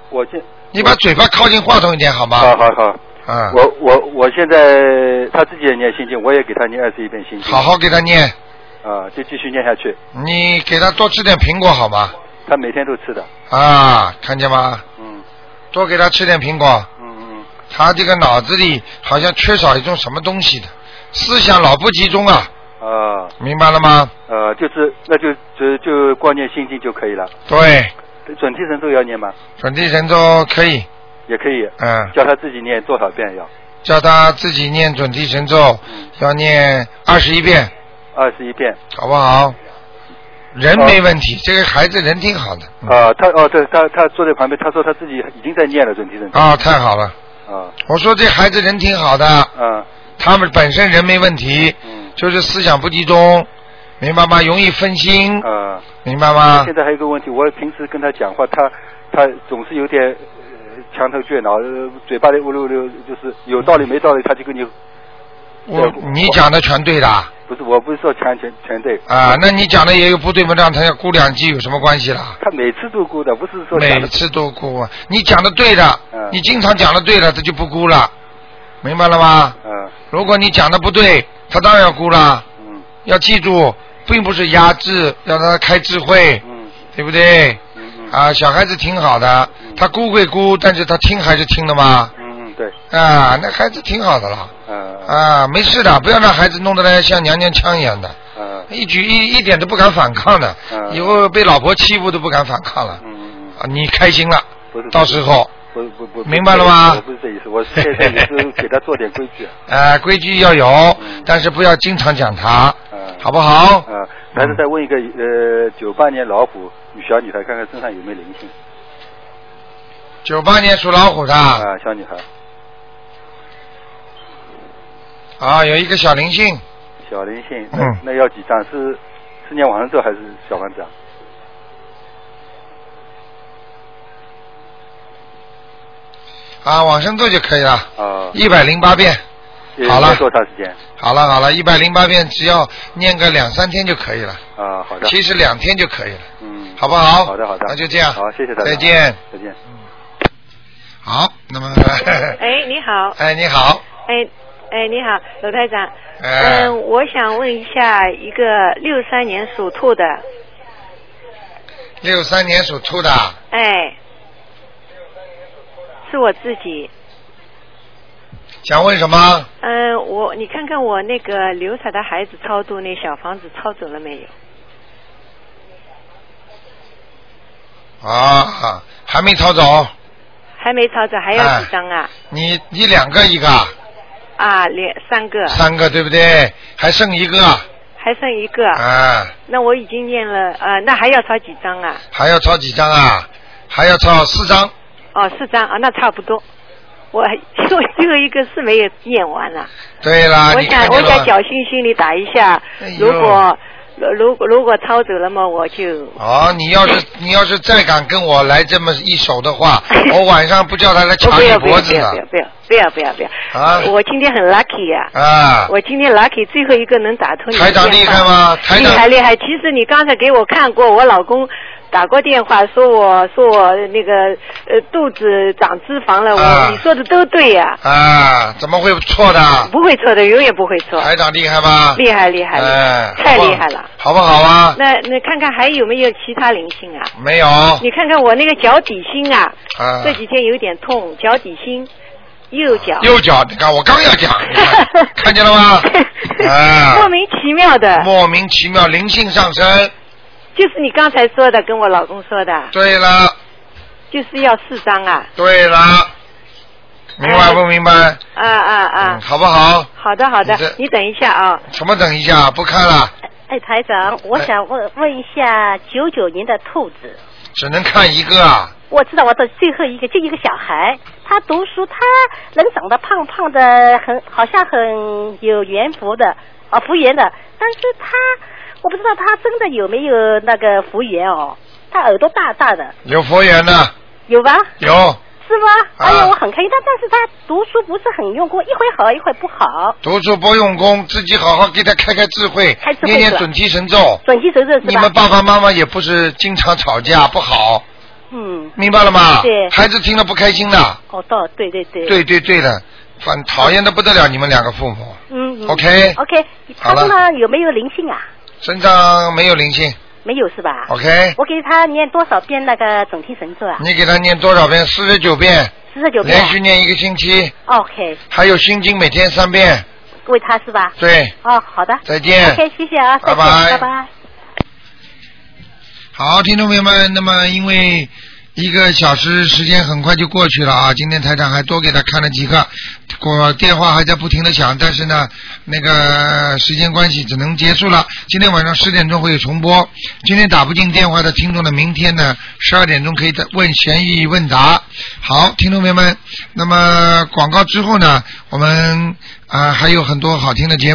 我现
你把嘴巴靠近话筒一点好吗？
好好好，
啊，
我我我现在他自己也念心经，我也给他念二十一遍心经。
好好给他念，
啊，就继续念下去。
你给他多吃点苹果好吗？
他每天都吃的。
啊，看见吗？
嗯。
多给他吃点苹果。
嗯嗯。
他这个脑子里好像缺少一种什么东西的，思想老不集中啊，
啊。
明白了吗？
呃，就是那就就就光念心经就可以了。
对，
准提神咒要念吗？
准提神咒可以，
也可以。
嗯，
叫他自己念多少遍要？
叫他自己念准提神咒，
嗯
要念二十一遍，
二十一遍。
好不好？人没问题，这个孩子人挺好的嗯
啊、他哦，对，他他坐在旁边，他说他自己已经在念了准提神咒。
啊、太好了。
啊。
我说这孩子人挺好的，
嗯，
他们本身人没问题，就是思想不集中，明白吗？容易分心，
啊、
明白吗
现？在还有一个问题，我平时跟他讲话，他他总是有点、呃墙头倔脑，呃嘴巴里呜溜溜，就是有道理没道理，他就跟你
我你讲的全对的啊、
不是，我不是说全全全对。
那你讲的也有不对不让他要估两句有什么关系啦？
他每次都估的，不是说
每
讲的
次都估啊，你讲的对的，
嗯
你经常讲的对的，他就不估了，明白了吗？
嗯
如果你讲的不对，他当然要哭了。
嗯。
要记住，并不是压制，让他开智慧。
嗯。
对不对？嗯嗯。啊，小孩子挺好的，他哭归哭，但是他听还是听的嘛。
嗯嗯嗯对，
啊，那孩子挺好的了。
嗯
啊，没事的，不要让孩子弄得来像娘娘腔一样的，
嗯
一举一一点都不敢反抗的，
嗯
以后被老婆欺负都不敢反抗了。
嗯
啊，你开心了，
不是
到时候。
不是不不，不
明白了吗
我不是这意思，我是现在也是给他做点规
[laughs]
矩。啊
呃，规矩要有，但是不要经常讲他，好不好？
嗯，还是再问一个，呃，九八年老虎女小女孩，看看身上有没有灵性。
九八年属老虎的，
啊，小女孩，
啊，有一个小灵性，
小灵性，
嗯
那那要几张？是是念往生咒还是小房子啊？
啊，往生咒就可以了，
啊，
一百零八遍。
也
好了
念多长时间？
好了好了，一百零八遍，只要念个两三天就可以了，
啊，好的。
其实两天就可以了，
嗯，
好不好？
好的好的，
那就这样。
好，谢谢大家。
再见。
再见。
好，那么，
哎，你好，
[laughs] 哎，你好，
哎哎，你好，罗台长，
哎，
嗯，我想问一下，一个六三年属兔的，
六三年属兔的，
哎，是我自己，
想问什么？
呃
嗯，我你看看我那个流产的孩子超度那小房子超走了没有？
啊，还没抄走，
还没超走，还要几张啊？
你你两个一个，
啊，连三个，
三个对不对？还剩一
啊
个，
还剩一个，
啊，
那我已经念了，呃，那还要超几张啊？
还要抄几张啊？还要抄四张。
哦，四张啊，那差不多。我 [laughs] 就最后一个是没有念完了。
对啦，
我
你
想
看
我
见了吗
想侥幸心里打一下，
呦
如果如如果如果抄走了嘛，我就
哦，你要是你要是再敢跟我来这么一手的
[laughs]
话，我晚上不叫他来
我
卡
不
你
要不要
脖
不
子
要
了
哦不要不要不要不要不要，
啊！
我今天很 lucky 呀、
啊，
我今天 lucky 最后一个能打通你的
台长
电
厉
话
害吗台
厉
长
害厉害！其实你刚才给我看过，我老公打过电话，说我说我那个呃肚子长脂肪了，我、
啊
你说的都对呀、
啊，怎么会错的？
不会错的，永远不会错。
台长厉害吧？
厉害厉害，厉害
哎，
太
啊好不
厉害了。
好不好啊？
那那看看还有没有其他灵性啊？
没有。
你看看我那个脚底心啊，
啊
这几天有点痛，脚底心，右脚，
右脚，你看我刚要讲，你
[laughs]
看看见了吗？啊，
莫名其妙的，
莫名其妙灵性上升。
就是你刚才说的，跟我老公说的，
对了，
就是要四张啊，
对了，明白不明白？嗯
啊啊啊，
好不好？
好的好的
你这，
你等一下啊，
什么？等一下，不看了，
哎，台长，我想问问一下，九九年的兔子，
只能看一个啊。
我知道我的最后一个就一个小孩，他读书，他人长得胖胖的，很好像很有缘福的啊，福缘的，但是他我不知道他真的有没有那个福缘哦，他耳朵大大的，
有佛缘的，
有吧？
有啊
是吗？哎呀，我很开心，但但是他读书不是很用功，一会好一会不好，
读书不用功，自己好好给他开开智慧
开智，慧
念念
是吧
准提神咒。
转机折折是吧？
你们爸爸妈妈也不是经常吵架，不好，
嗯，
明白了吗？
对，
孩子听了不开心的。
哦，到对对对，
对对对的，反讨厌的不得了，你们两个父母
嗯嗯
OK
OK，
好
他
了
身上有没有灵性啊？
身上没有灵性，
没有是吧
OK
我给他念多少遍那个整体神咒啊？
你给他念多少遍？四十九遍，
四十九遍啊。
连续念一个星期，
OK，
还有心经每天三遍。
为他是吧？
对，
哦，好的。
再见
OK，谢谢啊，再
拜
见，
拜
拜拜。
好，听众朋友们，那么因为一个小时时间很快就过去了啊，今天台长还多给他看了几个，我电话还在不停的响，但是呢，那个时间关系只能结束了。今天晚上十点钟会有重播，今天打不进电话的听众呢，明天呢十二点钟可以问闲鱼问答。好，听众朋友呃们，那么广告之后呢，我们啊、还有很多好听的节目。